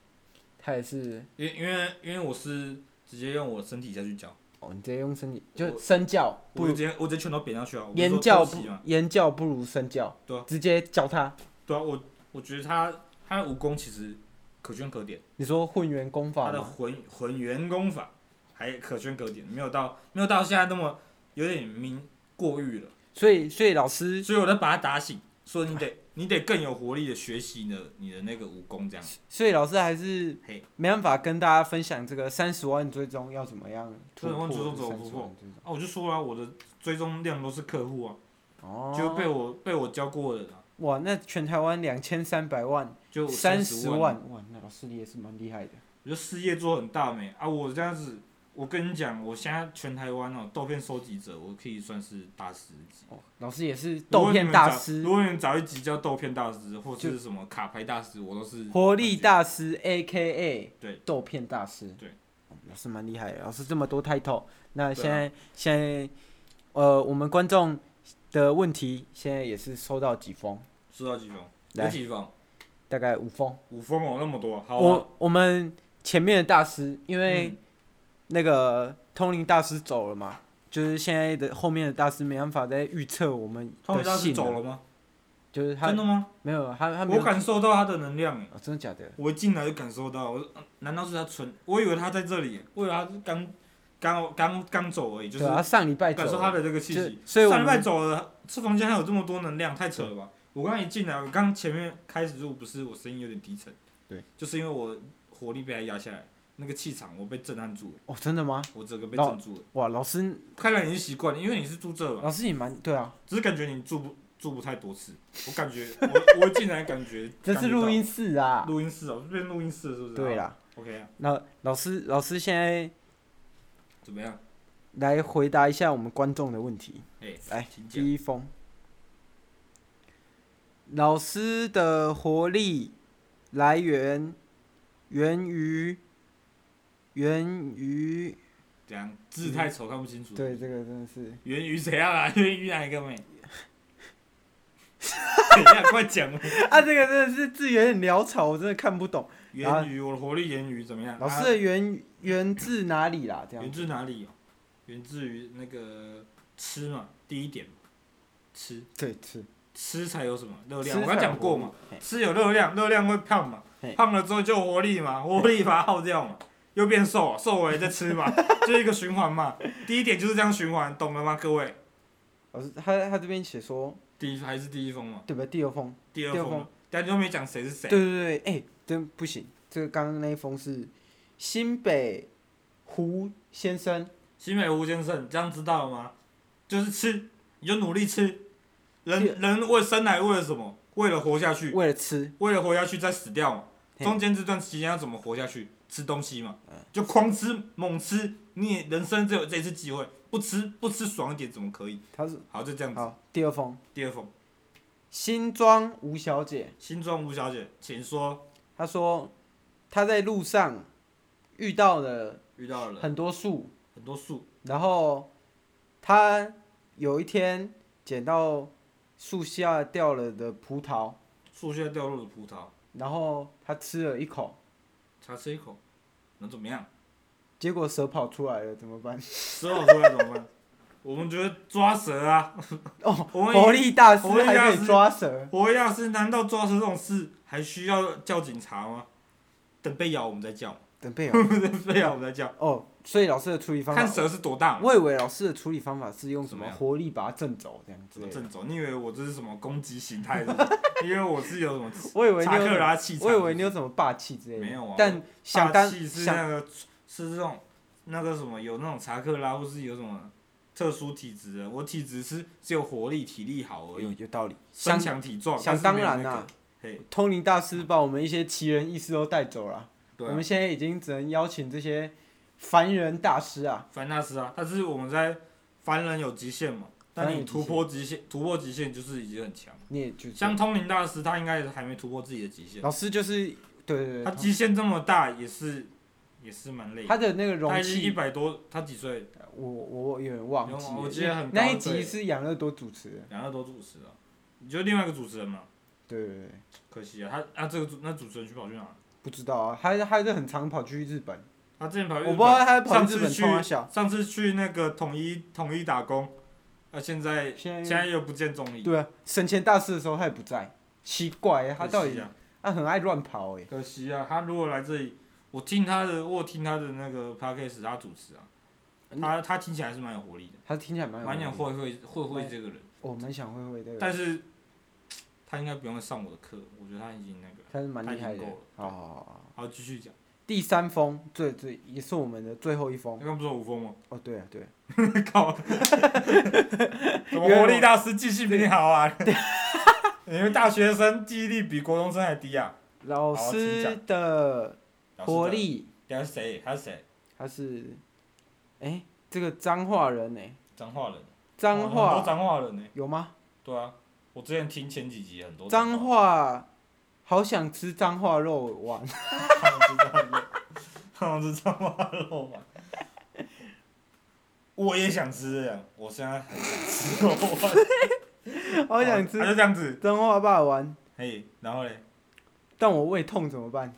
[SPEAKER 2] 他也是
[SPEAKER 1] 因因为因为我是直接用我身体下去教，
[SPEAKER 2] 哦，你直接用身体
[SPEAKER 1] 我
[SPEAKER 2] 就身教不
[SPEAKER 1] 我就
[SPEAKER 2] 如
[SPEAKER 1] 直接我直接拳头扁下去啊，我不是
[SPEAKER 2] 言
[SPEAKER 1] 说
[SPEAKER 2] 教
[SPEAKER 1] 偷
[SPEAKER 2] 不
[SPEAKER 1] 袭嘛，
[SPEAKER 2] 言教不如身教，
[SPEAKER 1] 对啊
[SPEAKER 2] 直接教他。
[SPEAKER 1] 对啊，我我觉得他他的武功其实可圈可点，
[SPEAKER 2] 你说混元功
[SPEAKER 1] 他
[SPEAKER 2] 法
[SPEAKER 1] 的
[SPEAKER 2] 吗？
[SPEAKER 1] 混混元功法还可圈可点，没有到没有到现在那么有点明过誉了。
[SPEAKER 2] 所以所以老师
[SPEAKER 1] 所以我在把他打醒，说你得你得更有活力的学习你的你的那个武功这样。
[SPEAKER 2] 所以老师还是
[SPEAKER 1] 嘿
[SPEAKER 2] 没办法跟大家分享这个三十万追踪要怎么样突
[SPEAKER 1] 30
[SPEAKER 2] 破
[SPEAKER 1] 万追踪
[SPEAKER 2] 这
[SPEAKER 1] 怎么
[SPEAKER 2] 30
[SPEAKER 1] 突破
[SPEAKER 2] 万追
[SPEAKER 1] 啊，我就说啊，我的追踪量都是客户啊，
[SPEAKER 2] 踪哦，
[SPEAKER 1] 就被我被我教过的人啊，
[SPEAKER 2] 哇，那全台湾两千三百万，
[SPEAKER 1] 就
[SPEAKER 2] 三
[SPEAKER 1] 十
[SPEAKER 2] 十，万，哇，那老师你也是蛮厉害的。
[SPEAKER 1] 我就事业做很大没啊，我这样子。我跟你讲，我现在全台湾哦，豆片收集者，我可以算是大师级。
[SPEAKER 2] 哦，老师也是豆片大师
[SPEAKER 1] 如，果你们找如果你们找一集叫豆片大师，或者是什么卡牌大师，我都是
[SPEAKER 2] 活力大师 A K A
[SPEAKER 1] 对
[SPEAKER 2] 豆片大师
[SPEAKER 1] 对
[SPEAKER 2] 哦老师蛮厉害的，老师这么多 title，那
[SPEAKER 1] 对啊
[SPEAKER 2] 现在、现在呃我们观众的问题现在也是收到几封，
[SPEAKER 1] 收到几封？啊有
[SPEAKER 2] 来
[SPEAKER 1] 几封？
[SPEAKER 2] 大概五封，
[SPEAKER 1] 五封哦，那么多，好啊。
[SPEAKER 2] 我我们前面的大师因为
[SPEAKER 1] 嗯
[SPEAKER 2] 那个通灵大师走了嘛，就是现在的后面的大师没办法再预测我们
[SPEAKER 1] 他
[SPEAKER 2] 的
[SPEAKER 1] 们当时
[SPEAKER 2] 信
[SPEAKER 1] 走
[SPEAKER 2] 了，
[SPEAKER 1] 了吗？
[SPEAKER 2] 就是啊他
[SPEAKER 1] 真的吗？
[SPEAKER 2] 没有他他没
[SPEAKER 1] 我
[SPEAKER 2] 有、
[SPEAKER 1] 感受到他的能量欸耶，
[SPEAKER 2] 哦、真的假的？
[SPEAKER 1] 我一进来就感受到，我说啊难道是他存？我以为他在这里，我以为他是刚刚刚刚走而已，就是
[SPEAKER 2] 对啊，上礼拜走
[SPEAKER 1] 感受他的这个气
[SPEAKER 2] 就
[SPEAKER 1] 息。
[SPEAKER 2] 所以我
[SPEAKER 1] 上礼拜
[SPEAKER 2] 们
[SPEAKER 1] 走了，这房间还有这么多能量，太扯了吧！我刚刚一进来，我刚前面开始录，不是我声音有点低沉，
[SPEAKER 3] 对，
[SPEAKER 1] 就是因为我火力被他压下来，那个气场我被震撼住了，
[SPEAKER 2] 哦，真的吗？
[SPEAKER 1] 我整个被
[SPEAKER 2] 老
[SPEAKER 1] 震住了。
[SPEAKER 2] 哇，老师，
[SPEAKER 1] 看来你是习惯了，因为你是住这嘛，
[SPEAKER 2] 老师你蛮对啊，
[SPEAKER 1] 只是感觉你住不住不太多次。我感 觉我我进来感觉
[SPEAKER 2] 这是录音室啊。
[SPEAKER 1] 录音室哦，这边录音室是不是？
[SPEAKER 2] 对
[SPEAKER 1] 了
[SPEAKER 2] 啦，
[SPEAKER 1] ，OK 啊，
[SPEAKER 2] 那老师，老师现在
[SPEAKER 1] 怎么样？
[SPEAKER 2] 来回答一下我们观众的问题。
[SPEAKER 1] 哎、
[SPEAKER 2] 来
[SPEAKER 1] 请讲。
[SPEAKER 2] 第一封，老师的活力来源源于源于
[SPEAKER 1] 怎样？字太丑看不清楚。
[SPEAKER 2] 对这个真的是
[SPEAKER 1] 源于怎样啊？ 源于哪一个 妹？等一下，快讲！
[SPEAKER 2] 啊，这个真的是字有点潦草，我真的看不懂。
[SPEAKER 1] 源于我的活力源于怎么样？
[SPEAKER 2] 老师
[SPEAKER 1] 啊、
[SPEAKER 2] 的源源自哪里啦？这样
[SPEAKER 1] 源自哪里、哦？源自于那个吃嘛，第一点嘛，吃
[SPEAKER 2] 对吃
[SPEAKER 1] 吃才有什么热
[SPEAKER 2] 吃
[SPEAKER 1] 量。我刚讲过嘛，
[SPEAKER 2] 才有活力，
[SPEAKER 1] 吃有热量，热量会胖嘛
[SPEAKER 2] 嘿，
[SPEAKER 1] 胖了之后就有活力嘛，活力把它耗掉嘛，又变瘦了，瘦了也在吃 嘛，就是一个循环嘛。第一点就是这样循环，懂了吗，各位？
[SPEAKER 2] 嘿老师他他这边写说
[SPEAKER 1] 第一还是第一封嘛，
[SPEAKER 2] 对吧？第二封。
[SPEAKER 1] 第二
[SPEAKER 2] 第二
[SPEAKER 1] 封嘛，但就没讲谁是谁。
[SPEAKER 2] 对对对，哎、真不行，这个刚刚那一封是新北胡先生，
[SPEAKER 1] 新美吴先生，这样知道了吗？就是吃，你就努力吃。
[SPEAKER 2] 对
[SPEAKER 1] 人人为生来为了什么？为了活下去，
[SPEAKER 2] 为了吃，
[SPEAKER 1] 为了活下去再死掉嘛。
[SPEAKER 2] 嘿嗯
[SPEAKER 1] 中间这段期间要怎么活下去？吃东西嘛，就狂吃猛吃。你也人生只有这一次机会，不吃不吃爽一点怎么可以？
[SPEAKER 2] 他是
[SPEAKER 1] 好，就这样子。
[SPEAKER 2] 好第二封，
[SPEAKER 1] 第二封，
[SPEAKER 2] 新庄吴小姐，
[SPEAKER 1] 新庄吴小姐，请说
[SPEAKER 2] 她说她在路上遇到了
[SPEAKER 1] 遇到了
[SPEAKER 2] 很多树，
[SPEAKER 1] 很多树，
[SPEAKER 2] 然后她有一天捡到树下掉了的葡萄，
[SPEAKER 1] 树下掉落的葡萄，
[SPEAKER 2] 然后她吃了一口，
[SPEAKER 1] 他吃一口，能怎么样？
[SPEAKER 2] 结果蛇跑出来了，怎么办？
[SPEAKER 1] 蛇跑出来怎么办？我们觉得抓蛇啊，
[SPEAKER 2] 哦，
[SPEAKER 1] 我们
[SPEAKER 2] 活力大师
[SPEAKER 1] 活力
[SPEAKER 2] 还
[SPEAKER 1] 大
[SPEAKER 2] 可以
[SPEAKER 1] 师
[SPEAKER 2] 抓蛇，
[SPEAKER 1] 活要是难道抓蛇这种事还需要叫警察吗？等被咬我们再 叫，
[SPEAKER 2] 等贝尔。
[SPEAKER 1] 等被咬我们再叫。
[SPEAKER 2] 哦，所以老师的处理方法，
[SPEAKER 1] 看蛇是多大嘛，
[SPEAKER 2] 我以为老师的处理方法是用什
[SPEAKER 1] 怎么
[SPEAKER 2] 么
[SPEAKER 1] 样
[SPEAKER 2] 活力把它震走这样
[SPEAKER 1] 怎
[SPEAKER 2] 子
[SPEAKER 1] 么。正走？你以为我这是什么攻击形态是不是？ 因为我是有什么
[SPEAKER 2] 我以为你
[SPEAKER 1] 查
[SPEAKER 2] 有
[SPEAKER 1] 克
[SPEAKER 2] 什么，
[SPEAKER 1] 拉气场？
[SPEAKER 2] 我以为你有什么霸气之类的，
[SPEAKER 1] 没有啊
[SPEAKER 2] 但想
[SPEAKER 1] 大
[SPEAKER 2] 当
[SPEAKER 1] 气是
[SPEAKER 2] 想
[SPEAKER 1] 那个是这种那个什么有那种查克拉或是有什么特殊体质的，我体质是只有活力体力好而
[SPEAKER 2] 有
[SPEAKER 1] 已，
[SPEAKER 2] 有道理。
[SPEAKER 1] 身
[SPEAKER 2] 想
[SPEAKER 1] 强体壮。
[SPEAKER 2] 想
[SPEAKER 1] 但
[SPEAKER 2] 当
[SPEAKER 1] 是没有
[SPEAKER 2] 然啊
[SPEAKER 1] 那
[SPEAKER 2] 啦、
[SPEAKER 1] 个嘿，
[SPEAKER 2] 通灵大师把我们一些奇人异事都带走了、
[SPEAKER 1] 对
[SPEAKER 2] 我
[SPEAKER 1] 啊
[SPEAKER 2] 们，现在已经只能邀请这些凡人大师啊。
[SPEAKER 1] 凡纳斯啊，但是我们在凡人有极限嘛，但
[SPEAKER 2] 凡
[SPEAKER 1] 你
[SPEAKER 2] 人有极
[SPEAKER 1] 突破极限，突破极限就是已经很强。
[SPEAKER 2] 你也就
[SPEAKER 1] 像通灵大师，他应该还没突破自己的极限，
[SPEAKER 2] 老师就是对对对，
[SPEAKER 1] 他
[SPEAKER 2] 他
[SPEAKER 1] 极限这么大，也是也是蛮累的。
[SPEAKER 2] 的那个
[SPEAKER 1] 他
[SPEAKER 2] 容
[SPEAKER 1] 已经一
[SPEAKER 2] 器，
[SPEAKER 1] 百多，他几岁？
[SPEAKER 2] 我我我有点忘记了，
[SPEAKER 1] 我记得很高
[SPEAKER 2] 那一
[SPEAKER 1] 对
[SPEAKER 2] 集是养乐多主持的，
[SPEAKER 1] 两个都主持了，你就另外一个主持人嘛，
[SPEAKER 2] 对对对。
[SPEAKER 1] 可惜啊，他啊这个主那主持人去跑去哪了？
[SPEAKER 2] 不知道啊，他他是很常跑去日本，
[SPEAKER 1] 他之前跑去日
[SPEAKER 2] 我
[SPEAKER 1] 本，
[SPEAKER 2] 不知道他跑
[SPEAKER 1] 上
[SPEAKER 2] 去日
[SPEAKER 1] 次
[SPEAKER 2] 本
[SPEAKER 1] 去
[SPEAKER 2] 冲他笑。
[SPEAKER 1] 上次去那个统一统一打工，啊现在
[SPEAKER 2] 现
[SPEAKER 1] 现
[SPEAKER 2] 在
[SPEAKER 1] 在又不见踪影，
[SPEAKER 2] 对啊，省钱大事的时候他也不在，奇怪、欸，他
[SPEAKER 1] 可
[SPEAKER 2] 到
[SPEAKER 1] 惜
[SPEAKER 2] 底
[SPEAKER 1] 啊，
[SPEAKER 2] 他很爱乱跑哎、
[SPEAKER 1] 可惜啊，他如果来这里，我听他的，我有听他的那个 podcast，他主持啊，他他听起来还是蛮有活力的。
[SPEAKER 2] 他听起嗯来蛮有
[SPEAKER 1] 蛮想
[SPEAKER 2] 活力的，
[SPEAKER 1] 会会会会这个人，
[SPEAKER 2] 我蛮想会会的，
[SPEAKER 1] 但是他应该不用上我的课，我觉得他已经那个。
[SPEAKER 2] 他是蛮厉害
[SPEAKER 1] 他已
[SPEAKER 2] 的
[SPEAKER 1] 经够了。
[SPEAKER 2] 好好好好，
[SPEAKER 1] 好，继续讲。
[SPEAKER 2] 第三封最最也是我们的最后一封
[SPEAKER 1] 刚刚不是有五封 吗？
[SPEAKER 2] 哦，对啊对啊，
[SPEAKER 1] 靠！怎么活力大师记性比你好啊？ 你们大学生记忆力比国中生还低啊？
[SPEAKER 2] 老
[SPEAKER 1] 好请
[SPEAKER 2] 师
[SPEAKER 1] 讲
[SPEAKER 2] 的
[SPEAKER 1] 老师
[SPEAKER 2] 活
[SPEAKER 1] 的，
[SPEAKER 2] 力
[SPEAKER 1] 等下是谁？他是谁？
[SPEAKER 2] 他是，哎、这个彰化人哎、
[SPEAKER 1] 彰化人。
[SPEAKER 2] 彰
[SPEAKER 1] 哦很多
[SPEAKER 2] 化
[SPEAKER 1] 彰化人呢。
[SPEAKER 2] 有吗？
[SPEAKER 1] 对啊，我之前听前几集很多
[SPEAKER 2] 彰
[SPEAKER 1] 化
[SPEAKER 2] 化好想吃彰化肉丸，
[SPEAKER 1] 人，他们是彰化肉嘛。我也想吃这样，我现在很想吃肉丸。
[SPEAKER 2] 好想吃
[SPEAKER 1] 他就这样子，
[SPEAKER 2] 彰化霸丸，
[SPEAKER 1] 嘿，然后嘞，
[SPEAKER 2] 但我胃痛怎么办？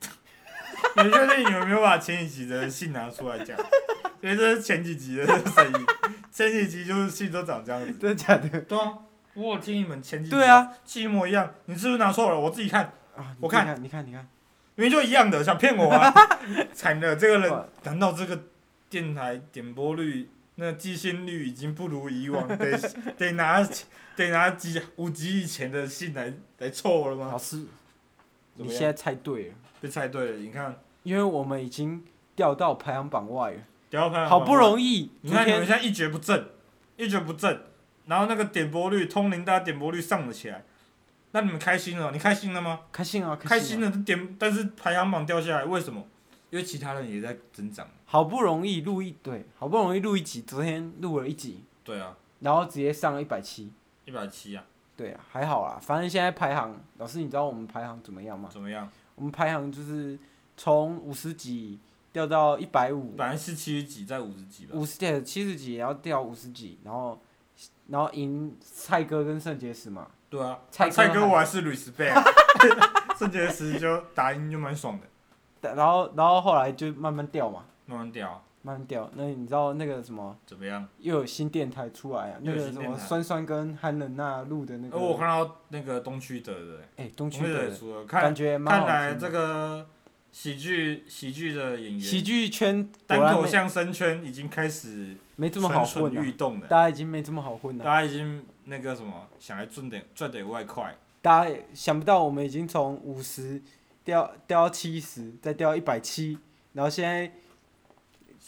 [SPEAKER 1] 你确定你们没有把前几集的信拿出来讲？ 因为这是前几集的声音，前几集就是信都长这样子。
[SPEAKER 2] 真的假的？
[SPEAKER 1] 对啊，我有听你们前几集，
[SPEAKER 2] 对，啊，
[SPEAKER 1] 一模一样。你是不是拿错了？我自己看，
[SPEAKER 2] 啊，
[SPEAKER 1] 我
[SPEAKER 2] 看，你看，你看，
[SPEAKER 1] 明明就一样的，想骗我啊！惨了，这个人难道这个电台点播率、那季信率已经不如以往， 得得拿得拿几五集以前的信来来凑了吗
[SPEAKER 2] 老？师，
[SPEAKER 1] 怎
[SPEAKER 2] 你
[SPEAKER 1] 么
[SPEAKER 2] 现
[SPEAKER 1] 样？
[SPEAKER 2] 在猜对了，
[SPEAKER 1] 被猜对了，你看，
[SPEAKER 2] 因为我们已经掉到排行榜外了，
[SPEAKER 1] 屌潘
[SPEAKER 2] 好不容
[SPEAKER 1] 易，
[SPEAKER 2] 易
[SPEAKER 1] 你
[SPEAKER 2] 昨
[SPEAKER 1] 看你们
[SPEAKER 2] 天
[SPEAKER 1] 现在一蹶不振，一蹶不振，然后那个点播率，通灵大家点播率上了起来，那你们开心了？你开心了吗？
[SPEAKER 2] 开心啊，
[SPEAKER 1] 开
[SPEAKER 2] 心
[SPEAKER 1] 心
[SPEAKER 2] 啊，
[SPEAKER 1] 的点，但是排行榜掉下来，为什么？因为其他人也在增长。
[SPEAKER 2] 好不容易录一对，好不容易录一集，昨天录了一集，
[SPEAKER 1] 对啊，
[SPEAKER 2] 然后直接上了一百七，
[SPEAKER 1] 一百七啊，
[SPEAKER 2] 对啊，还好啦，反正现在排行，老师你知道我们排行怎么样吗？
[SPEAKER 1] 怎么样？
[SPEAKER 2] 我们排行就是从五十几掉到一百五，
[SPEAKER 1] 本来是七十几，在五十几吧。
[SPEAKER 2] 五十对七十几，然后掉五十几，然后然后赢蔡哥跟圣结石嘛，
[SPEAKER 1] 对啊，
[SPEAKER 2] 蔡
[SPEAKER 1] 蔡
[SPEAKER 2] 哥
[SPEAKER 1] 哥
[SPEAKER 2] 还
[SPEAKER 1] 我还是 respect，圣啊 洁石就打赢就蛮爽的，
[SPEAKER 2] 但然后然后后来就慢慢掉嘛，
[SPEAKER 1] 慢慢掉啊，
[SPEAKER 2] 慢慢掉。那你知道那个什么
[SPEAKER 1] 怎么样？
[SPEAKER 2] 又有新电台出来啊？那
[SPEAKER 1] 又有
[SPEAKER 2] 个
[SPEAKER 1] 新
[SPEAKER 2] 什
[SPEAKER 1] 电
[SPEAKER 2] 么
[SPEAKER 1] 台
[SPEAKER 2] 酸酸跟韩冷娜录的那
[SPEAKER 1] 哦，我
[SPEAKER 2] 个，
[SPEAKER 1] 看到那个东区德的，
[SPEAKER 2] 哎、东区
[SPEAKER 1] 德
[SPEAKER 2] 的
[SPEAKER 1] 也输了，
[SPEAKER 2] 感
[SPEAKER 1] 看
[SPEAKER 2] 觉蛮
[SPEAKER 1] 看
[SPEAKER 2] 好
[SPEAKER 1] 来
[SPEAKER 2] 听
[SPEAKER 1] 这
[SPEAKER 2] 的。
[SPEAKER 1] 个喜剧喜剧的演
[SPEAKER 2] 喜
[SPEAKER 1] 员，
[SPEAKER 2] 剧圈果
[SPEAKER 1] 单
[SPEAKER 2] 然
[SPEAKER 1] 口
[SPEAKER 2] 没
[SPEAKER 1] 相声圈已经开始
[SPEAKER 2] 没这么好
[SPEAKER 1] 蠢蠢
[SPEAKER 2] 混、啊
[SPEAKER 1] 欲，动了，
[SPEAKER 2] 大家已经没这么好混
[SPEAKER 1] 大
[SPEAKER 2] 了、
[SPEAKER 1] 家已经那个什么，想来赚点赚点外快。
[SPEAKER 2] 大家也想不到，我们已经从五十掉掉到七十，再掉到一百七，然后现在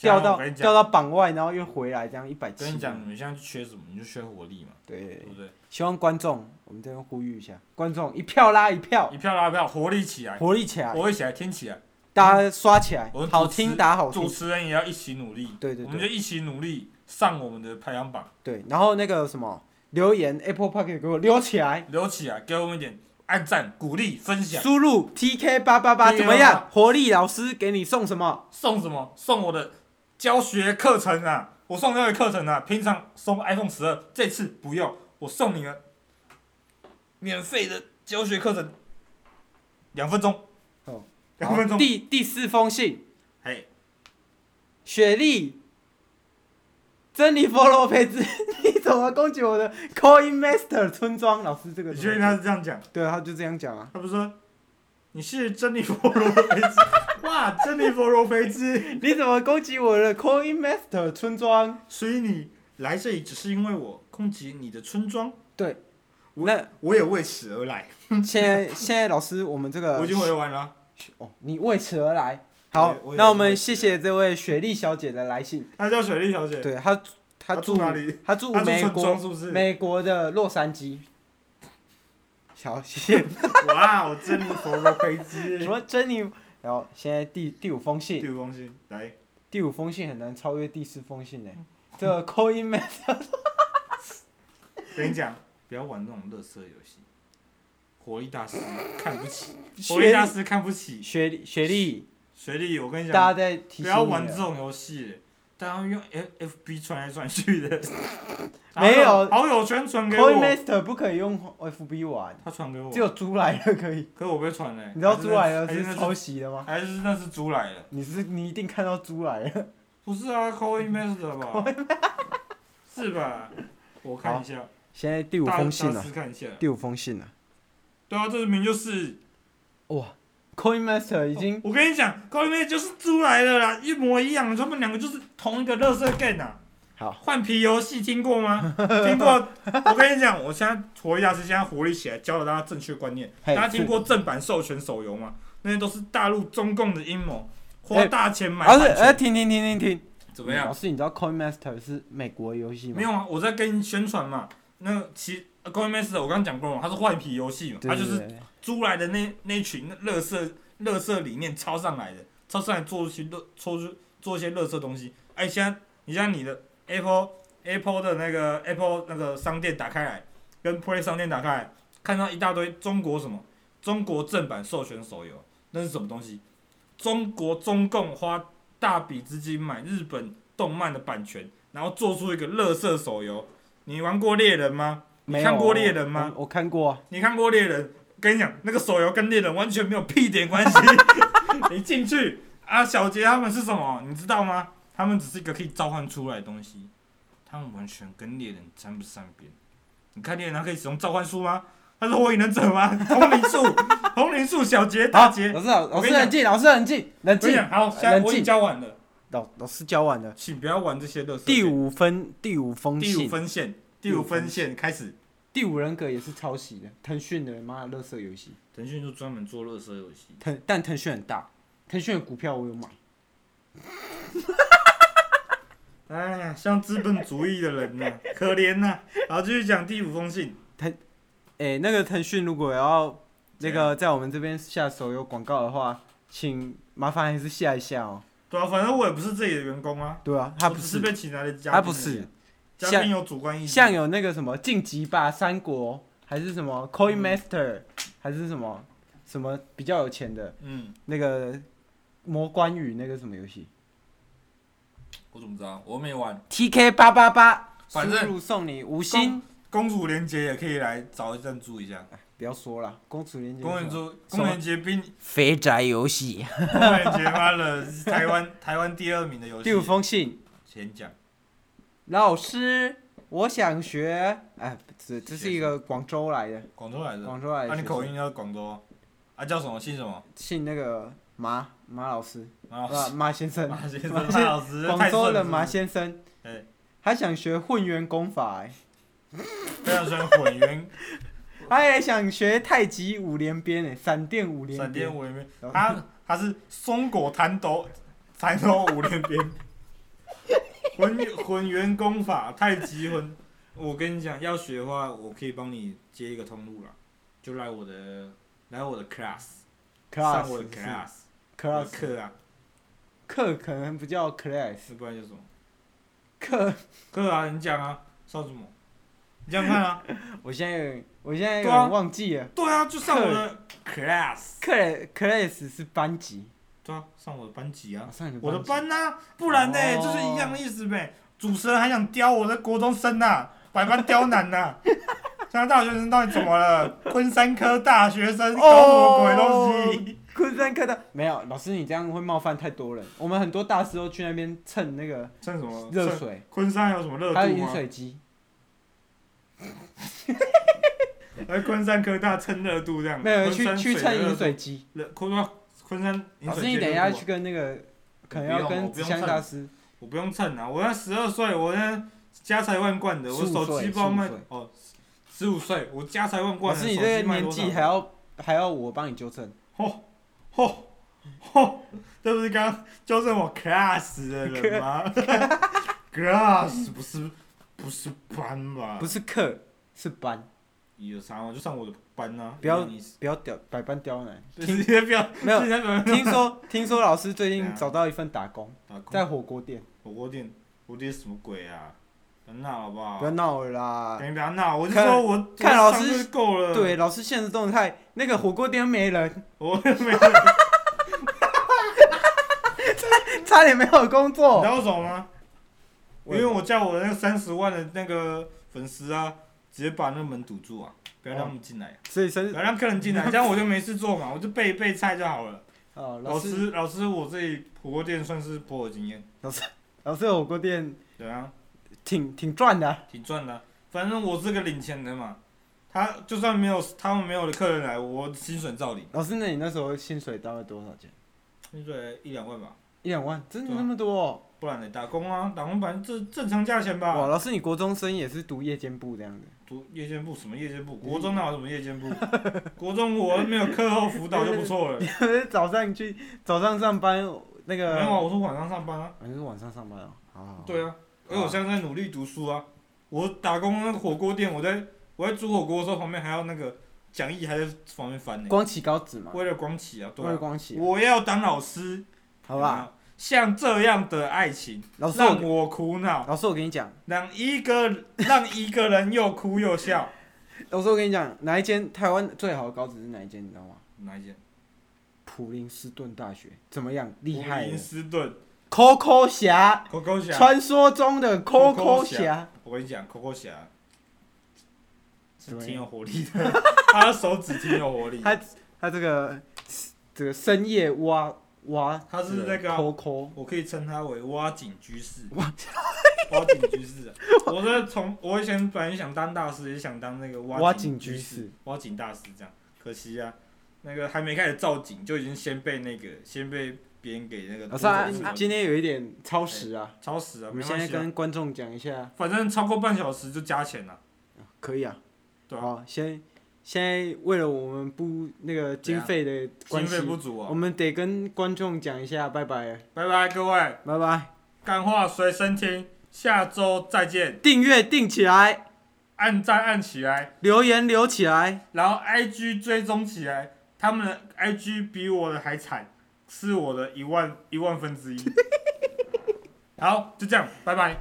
[SPEAKER 2] 掉
[SPEAKER 1] 像
[SPEAKER 2] 到
[SPEAKER 1] 我跟你
[SPEAKER 2] 掉
[SPEAKER 1] 讲，
[SPEAKER 2] 到榜外，然后又回来，这样一百七。
[SPEAKER 1] 跟你讲，你们现在缺什么？你就缺活力嘛，对
[SPEAKER 2] 对
[SPEAKER 1] 不，对？
[SPEAKER 2] 希望观众，我们这边呼吁一下，观众一票拉一票，
[SPEAKER 1] 一票拉一票，活力起来，
[SPEAKER 2] 活力起来，
[SPEAKER 1] 活力起来，听起来。
[SPEAKER 2] 大家刷起来
[SPEAKER 1] 我们，主持
[SPEAKER 2] 好听打好
[SPEAKER 1] 主
[SPEAKER 2] 听。
[SPEAKER 1] 持人也要一起努力，
[SPEAKER 2] 对对
[SPEAKER 1] 我们
[SPEAKER 2] 对
[SPEAKER 1] 就一起努力上我们的排行榜，
[SPEAKER 2] 对，然后那个什么留言 Apple Park 给我留起来，
[SPEAKER 1] 留起来，给我们一点按赞、鼓励、分享。
[SPEAKER 2] 输入 TK 八八八
[SPEAKER 1] TK888
[SPEAKER 2] 怎么样？活力老师给你送什么？
[SPEAKER 1] 送什么？送我的教学课程啊！我送教学课程啊！平常送 iPhone 十二，这次不用，我送你们免费的教学课程，两分钟，
[SPEAKER 2] 哦，
[SPEAKER 1] 两分
[SPEAKER 2] 好
[SPEAKER 1] 钟。哎
[SPEAKER 2] 第第四封信，
[SPEAKER 1] 嘿，
[SPEAKER 2] 雪莉，珍妮佛罗佩兹， 你怎么攻击我的 Coin Master 村庄老师？这个
[SPEAKER 1] 你
[SPEAKER 2] 怎
[SPEAKER 1] 确
[SPEAKER 2] 么
[SPEAKER 1] 定他是这样讲？
[SPEAKER 2] 对，他就这样讲啊。
[SPEAKER 1] 他不是说你是珍妮佛罗培 兹？哇，珍妮佛罗培兹！
[SPEAKER 2] 你怎么攻击我的 Coin Master 村庄？
[SPEAKER 1] 所以你来这里只是因为我攻击你的村庄，
[SPEAKER 2] 对，
[SPEAKER 1] 我
[SPEAKER 2] 那
[SPEAKER 1] 我也为此而来。
[SPEAKER 2] 现在现在老师，我们这
[SPEAKER 1] 我
[SPEAKER 2] 个
[SPEAKER 1] 已经回完了，
[SPEAKER 2] 哦，你为此而来。
[SPEAKER 1] 我
[SPEAKER 2] 好
[SPEAKER 1] 也我，也
[SPEAKER 2] 那我
[SPEAKER 1] 是为此
[SPEAKER 2] 们谢谢这位雪莉小姐的来信。
[SPEAKER 1] 她叫雪莉小姐，
[SPEAKER 2] 对她，她
[SPEAKER 1] 她
[SPEAKER 2] 住
[SPEAKER 1] 住哪里？
[SPEAKER 2] 她住
[SPEAKER 1] 她住
[SPEAKER 2] 美
[SPEAKER 1] 村庄
[SPEAKER 2] 国，
[SPEAKER 1] 是不是？
[SPEAKER 2] 美国的洛杉矶。好，谢谢。
[SPEAKER 1] 哇，我珍妮佛罗培 兹
[SPEAKER 2] 什么珍妮？然后现在第第五封信，
[SPEAKER 1] 第五封信来，
[SPEAKER 2] 第五封信很难超越第四封信呢。这
[SPEAKER 1] 嗯
[SPEAKER 2] 个 Coin Man
[SPEAKER 1] 跟你讲，不要玩那种乐色游戏。活力大师看不 起，活力
[SPEAKER 2] 雪
[SPEAKER 1] 大
[SPEAKER 2] 莉
[SPEAKER 1] 师看不起
[SPEAKER 2] 雪莉雪莉，
[SPEAKER 1] 雪莉。我跟你讲
[SPEAKER 2] 大家，在提
[SPEAKER 1] 不
[SPEAKER 2] 醒
[SPEAKER 1] 要
[SPEAKER 2] 你
[SPEAKER 1] 玩这
[SPEAKER 2] 了
[SPEAKER 1] 种游戏，大家用 F F B 传来传去的，
[SPEAKER 2] 没有
[SPEAKER 1] 好好友圈传给我，
[SPEAKER 2] Coin Master 不可以用 FB 玩，
[SPEAKER 1] 他传给我
[SPEAKER 2] 只，有猪来了 可以。
[SPEAKER 1] 可是我被传了、
[SPEAKER 2] 你知道猪来了
[SPEAKER 1] 还是
[SPEAKER 2] 是
[SPEAKER 1] 那
[SPEAKER 2] 抄袭的吗？
[SPEAKER 1] 还是那是猪来了？
[SPEAKER 2] 你是你一定看到猪来了。
[SPEAKER 1] 不是啊，call in master 吧？是吧？我看一下，
[SPEAKER 2] 现在第五
[SPEAKER 1] 大
[SPEAKER 2] 封信啊
[SPEAKER 1] 大
[SPEAKER 2] 了，
[SPEAKER 1] 师看一下。
[SPEAKER 2] 第五封信了。
[SPEAKER 1] 对啊，这明明就是
[SPEAKER 2] 哇，Coin Master 已经
[SPEAKER 1] 我跟你讲，call in master 就是猪来了啦，一模一样，他们两个就是同一个乐色 game 啊。
[SPEAKER 2] 好
[SPEAKER 1] 换皮游戏听过吗？听过。我跟你讲，我现在活力大师现在活力起来，教了大家正确观念。
[SPEAKER 2] 嘿
[SPEAKER 1] 大家听过正版授权手游吗？那些都是大陆中共的阴谋，花
[SPEAKER 2] 哎
[SPEAKER 1] 大钱买
[SPEAKER 2] 而
[SPEAKER 1] 版
[SPEAKER 2] 且
[SPEAKER 1] 权。
[SPEAKER 2] 哎，停停停停停，
[SPEAKER 1] 怎么样
[SPEAKER 2] 老？师，你知道 Coin Master 是美国游戏吗？
[SPEAKER 1] 没有啊，我在跟你宣传嘛。那个其呃 Coin Master 我刚刚讲过嘛，它是坏皮游戏嘛，
[SPEAKER 2] 对，
[SPEAKER 1] 它就
[SPEAKER 2] 对
[SPEAKER 1] 是
[SPEAKER 2] 对对
[SPEAKER 1] 租来的那那群乐色乐色理念抄上来的，抄上来做出些乐做出做一些乐色东西。哎，现在你像你的 Apple Apple 的那个 Apple 那个商店打开来，跟 Play 商店打开来，看到一大堆中国什么中国正版授权手游，那是什么东西？中国中共花大笔资金买日本动漫的版权，然后做出一个乐色手游。你玩过猎人吗？
[SPEAKER 2] 没有
[SPEAKER 1] 看过猎人吗
[SPEAKER 2] 我我看过啊，
[SPEAKER 1] 你看过猎人？跟你讲，那个手游跟猎人完全没有屁点关 系。你进去啊，小杰他们是什么？你知道吗？他们只是一个可以召唤出来的东西，他们完全跟猎人沾不上边。你看猎人，他可以使用召唤术吗？他是火影忍者吗？红灵术， 红灵术，小杰，大
[SPEAKER 2] 好，
[SPEAKER 1] 杰。
[SPEAKER 2] 老师老
[SPEAKER 1] 哎我跟
[SPEAKER 2] 师
[SPEAKER 1] 你讲
[SPEAKER 2] 冷静，老师冷静
[SPEAKER 1] 我
[SPEAKER 2] 冷
[SPEAKER 1] 跟你
[SPEAKER 2] 静。
[SPEAKER 1] 讲，好，现在
[SPEAKER 2] 冷
[SPEAKER 1] 我已
[SPEAKER 2] 静
[SPEAKER 1] 经教完了。
[SPEAKER 2] 老老师教完了。
[SPEAKER 1] 请不要玩这些乐色。
[SPEAKER 2] 第五分第五封
[SPEAKER 1] 第五
[SPEAKER 2] 信，
[SPEAKER 1] 分线，第五分线开始。
[SPEAKER 2] 第五人格也是抄袭的，腾讯的妈的垃圾游戏。
[SPEAKER 1] 腾讯就专门做乐色游戏，
[SPEAKER 2] 腾但腾讯很大，腾讯的股票我有买。
[SPEAKER 1] 哎呀，像资本主义的人 呐、可怜呐、好，继续讲第五封信。
[SPEAKER 2] 哎、那个腾讯如果要那个在我们这边下手游广告的话，请麻烦还是下一下哦。
[SPEAKER 1] 对啊，反正我也不是这里的员工啊，
[SPEAKER 2] 对啊，他
[SPEAKER 1] 我
[SPEAKER 2] 不
[SPEAKER 1] 只是
[SPEAKER 2] 是，
[SPEAKER 1] 被请来的嘉宾而已啊。
[SPEAKER 2] 他不是，
[SPEAKER 1] 嘉宾有主观意
[SPEAKER 2] 像
[SPEAKER 1] 见，
[SPEAKER 2] 有那个什么晋级吧三国，还是什么 Coin Master，、还是什么什么比较有钱的
[SPEAKER 1] 嗯，
[SPEAKER 2] 那个魔关羽那个什么游戏
[SPEAKER 1] 我怎么知道？我没玩。
[SPEAKER 2] ，TK 八八八，输
[SPEAKER 1] 反正
[SPEAKER 2] 入送你五星。
[SPEAKER 1] 公主连结也可以来找赞助一下。
[SPEAKER 2] 不要说了，公主连接
[SPEAKER 1] 公
[SPEAKER 2] 是
[SPEAKER 1] 主
[SPEAKER 2] 哎什么
[SPEAKER 1] 说，公主连结比你
[SPEAKER 2] 肥宅游戏。
[SPEAKER 1] 公主连结妈了，是台 湾台湾第二名的游戏。
[SPEAKER 2] 第五封信，
[SPEAKER 1] 先讲，
[SPEAKER 2] 老师，我想学。哎，这这是一个广州来的，
[SPEAKER 1] 广州来的，
[SPEAKER 2] 广州来
[SPEAKER 1] 啊，
[SPEAKER 2] 的
[SPEAKER 1] 你
[SPEAKER 2] 学
[SPEAKER 1] 口
[SPEAKER 2] 生，
[SPEAKER 1] 音要广州，啊，叫什么？姓什么？
[SPEAKER 2] 姓那个马马老师，
[SPEAKER 1] 马老
[SPEAKER 2] 马
[SPEAKER 1] 师，
[SPEAKER 2] 马先 生，
[SPEAKER 1] 马先生，马老师，
[SPEAKER 2] 啊广
[SPEAKER 1] 太
[SPEAKER 2] 州
[SPEAKER 1] 顺
[SPEAKER 2] 的
[SPEAKER 1] 了
[SPEAKER 2] 马先生
[SPEAKER 1] 哎，
[SPEAKER 2] 他想学混元功法，哎，
[SPEAKER 1] 非常喜欢混元
[SPEAKER 2] 他也想学太极五连鞭，哎，闪电五连
[SPEAKER 1] 闪电
[SPEAKER 2] 鞭，
[SPEAKER 1] 五连鞭，
[SPEAKER 2] 然后
[SPEAKER 1] 他他是松果弹斗弹斗五连鞭，混混元功法太极混。我跟你讲，要学的话，我可以帮你接一个通路啦，就来我的来我的 class，上我的
[SPEAKER 2] class
[SPEAKER 1] class，我的
[SPEAKER 2] class
[SPEAKER 1] 课啊，
[SPEAKER 2] 课可能不叫 class
[SPEAKER 1] 是不然叫什么
[SPEAKER 2] 课，
[SPEAKER 1] 课啊？你讲啊，上什么？你这样看啊？
[SPEAKER 2] 我现在有点我现在有
[SPEAKER 1] 对啊
[SPEAKER 2] 点忘记了
[SPEAKER 1] 对啊，就上我的 class，
[SPEAKER 2] ，class class 是班级，
[SPEAKER 1] 对啊，上我的班级啊
[SPEAKER 2] 啊。上你
[SPEAKER 1] 我的
[SPEAKER 2] 级
[SPEAKER 1] 班呐、不然呢、
[SPEAKER 2] 哦
[SPEAKER 1] 就是一样的意思呗。主持人还想刁我的国中生呐、百般刁难呐、 现在大学生到底怎么了？昆山科大学生
[SPEAKER 2] 哦
[SPEAKER 1] 搞什么鬼东西？
[SPEAKER 2] 昆山科大没有老师，你这样会冒犯太多人。我们很多大师都去那边蹭那个
[SPEAKER 1] 趁什么
[SPEAKER 2] 热？水，
[SPEAKER 1] 昆山有什么热
[SPEAKER 2] 还有
[SPEAKER 1] 度
[SPEAKER 2] 饮
[SPEAKER 1] 吗？
[SPEAKER 2] 水机。
[SPEAKER 1] 来哎昆山科大蹭热度这样？
[SPEAKER 2] 没有
[SPEAKER 1] 昆
[SPEAKER 2] 去
[SPEAKER 1] 山
[SPEAKER 2] 去
[SPEAKER 1] 水
[SPEAKER 2] 蹭
[SPEAKER 1] 的热
[SPEAKER 2] 饮
[SPEAKER 1] 度
[SPEAKER 2] 水机。
[SPEAKER 1] 热昆山昆山饮
[SPEAKER 2] 老
[SPEAKER 1] 水
[SPEAKER 2] 师，你
[SPEAKER 1] 街
[SPEAKER 2] 等一
[SPEAKER 1] 热
[SPEAKER 2] 下
[SPEAKER 1] 度啊
[SPEAKER 2] 去跟那个，可能
[SPEAKER 1] 我
[SPEAKER 2] 要
[SPEAKER 1] 不用啊我
[SPEAKER 2] 跟
[SPEAKER 1] 不
[SPEAKER 2] 子
[SPEAKER 1] 用
[SPEAKER 2] 香
[SPEAKER 1] 蹭
[SPEAKER 2] 大师。
[SPEAKER 1] 我不用蹭啊，我才十二岁，我那家财万贯的，我
[SPEAKER 2] 15
[SPEAKER 1] 手机
[SPEAKER 2] 岁
[SPEAKER 1] 包卖
[SPEAKER 2] 15岁
[SPEAKER 1] 哦，十五岁，我家财万
[SPEAKER 2] 老
[SPEAKER 1] 贯的。
[SPEAKER 2] 师，你
[SPEAKER 1] 手
[SPEAKER 2] 这
[SPEAKER 1] 机
[SPEAKER 2] 个
[SPEAKER 1] 卖
[SPEAKER 2] 年
[SPEAKER 1] 多
[SPEAKER 2] 纪
[SPEAKER 1] 少
[SPEAKER 2] 还要还要我帮你纠正？
[SPEAKER 1] 吼吼吼！这不是刚刚纠正我 class 的人 吗？class 不是不是班吧？
[SPEAKER 2] 不
[SPEAKER 1] 是
[SPEAKER 2] 是课，是班，
[SPEAKER 1] 一二三，我就上我的班啊！
[SPEAKER 2] 不要
[SPEAKER 1] 你
[SPEAKER 2] 不要屌百般刁难。
[SPEAKER 1] 直接不要，
[SPEAKER 2] 没有
[SPEAKER 1] 直接不要
[SPEAKER 2] 听说听说老师最
[SPEAKER 1] 对
[SPEAKER 2] 近
[SPEAKER 1] 啊
[SPEAKER 2] 找到一份打工，
[SPEAKER 1] 打工
[SPEAKER 2] 在火锅店。
[SPEAKER 1] 火锅店，火锅店什么鬼啊？不要闹好不好？
[SPEAKER 2] 不要闹了啦！
[SPEAKER 1] 赶紧不要闹！我就
[SPEAKER 2] 看
[SPEAKER 1] 说我
[SPEAKER 2] 看
[SPEAKER 1] 我
[SPEAKER 2] 老
[SPEAKER 1] 上
[SPEAKER 2] 师
[SPEAKER 1] 就够了，，
[SPEAKER 2] 对，老师现实动态那个火锅店没人，
[SPEAKER 1] 我没有。你
[SPEAKER 2] 差点没有工作
[SPEAKER 1] 知。道为什么吗？因为我叫我那三十万的那个粉丝啊，直接把那个门堵住啊，不要让他们进来啊。
[SPEAKER 2] 所以生
[SPEAKER 1] 不要让客人进 来，这样我就没事做嘛，我就备一备菜就好了。
[SPEAKER 2] 哦，
[SPEAKER 1] 老
[SPEAKER 2] 老师
[SPEAKER 1] 师，老师，我这里火锅店算是颇有经验，
[SPEAKER 2] 老师的火锅店
[SPEAKER 1] 对啊，
[SPEAKER 2] 挺挺赚的啊、
[SPEAKER 1] 挺赚的啊。反正我是个领钱的嘛，他就算没有他们没有的客人来，我薪水照领，
[SPEAKER 2] 老师，那你那时候薪水大概多少钱？
[SPEAKER 1] 薪水一两万吧，
[SPEAKER 2] 一两万，真的
[SPEAKER 1] 对啊
[SPEAKER 2] 那么多、哦？
[SPEAKER 1] 不然呢，打工啊，打工反正正正常价钱
[SPEAKER 2] 哇，
[SPEAKER 1] 吧。
[SPEAKER 2] 老师，你国中生也是读夜间部这样子？
[SPEAKER 1] 读夜间部什么夜间部？国中哪有什么夜间部？ 国中我没有课后辅导就不错了。
[SPEAKER 2] 早上去早上上班那个？
[SPEAKER 1] 没有啊，我是晚上上班啊。
[SPEAKER 2] 啊，你是晚上上班哦。好好好
[SPEAKER 1] 对啊，而我现在在努力读书啊。我打工那个火锅店，我在我在煮火锅的时候，旁边还要那个讲义还在旁边翻呢、
[SPEAKER 2] 光启高职嘛，
[SPEAKER 1] 为了光启啊，对
[SPEAKER 2] 为了
[SPEAKER 1] 啊，
[SPEAKER 2] 光启，
[SPEAKER 1] 我要当老师，
[SPEAKER 2] 好不好？？
[SPEAKER 1] 像这样的爱情，
[SPEAKER 2] 老师
[SPEAKER 1] 让
[SPEAKER 2] 我，
[SPEAKER 1] 我苦恼，
[SPEAKER 2] 老师我跟你讲，
[SPEAKER 1] 让一个 让一个人又哭又笑。
[SPEAKER 2] 老师我跟你讲，哪一间台湾最好的高职是哪一间？你知道吗？
[SPEAKER 1] 哪一件？
[SPEAKER 2] 普林斯顿大学怎么样？厉
[SPEAKER 1] 普
[SPEAKER 2] 害
[SPEAKER 1] 林
[SPEAKER 2] 了
[SPEAKER 1] 斯顿
[SPEAKER 2] ！Coco 侠，
[SPEAKER 1] 扣扣侠，
[SPEAKER 2] 传说中的
[SPEAKER 1] Coco
[SPEAKER 2] Coco
[SPEAKER 1] 侠
[SPEAKER 2] 侠，
[SPEAKER 1] 我跟你讲，扣扣侠是
[SPEAKER 2] 怎么样
[SPEAKER 1] 挺有活力的， 他的手指挺有活力。
[SPEAKER 2] 他他这个这个深夜挖挖，
[SPEAKER 1] 他是那个啊
[SPEAKER 2] Coco，
[SPEAKER 1] 我可以称它为挖井居士。挖井居士啊，我是从我以前本来想当大师，也想当那个
[SPEAKER 2] 挖
[SPEAKER 1] 井
[SPEAKER 2] 井
[SPEAKER 1] 居
[SPEAKER 2] 居
[SPEAKER 1] 士
[SPEAKER 2] 士、
[SPEAKER 1] 挖井大师这样，可惜啊，那个还没开始造井就已经先被那个先被别人给那个
[SPEAKER 2] 老
[SPEAKER 1] 读
[SPEAKER 2] 师、
[SPEAKER 1] 者
[SPEAKER 2] 啊
[SPEAKER 1] 传，
[SPEAKER 2] 今天有一点超时啊，
[SPEAKER 1] 超时啊，
[SPEAKER 2] 我
[SPEAKER 1] 没
[SPEAKER 2] 们现
[SPEAKER 1] 关
[SPEAKER 2] 在
[SPEAKER 1] 系、啊，
[SPEAKER 2] 跟观众讲一下，
[SPEAKER 1] 反正超过半小时就加钱了、
[SPEAKER 2] 可以啊。
[SPEAKER 1] 对啊
[SPEAKER 2] 好，先现在为了我们不那个经费的关
[SPEAKER 1] 经
[SPEAKER 2] 系
[SPEAKER 1] 费，不足
[SPEAKER 2] 我
[SPEAKER 1] 啊。
[SPEAKER 2] 们得跟观众讲一下，拜拜，
[SPEAKER 1] 拜拜各位，
[SPEAKER 2] 拜拜，
[SPEAKER 1] 干话随身听，下周再见，
[SPEAKER 2] 订阅订起来，
[SPEAKER 1] 按赞按起来，
[SPEAKER 2] 留言留起来，
[SPEAKER 1] 然后 IG 追踪起来，他们的 IG 比我的还惨，是我的一万一万分之一。好，就这样，拜拜。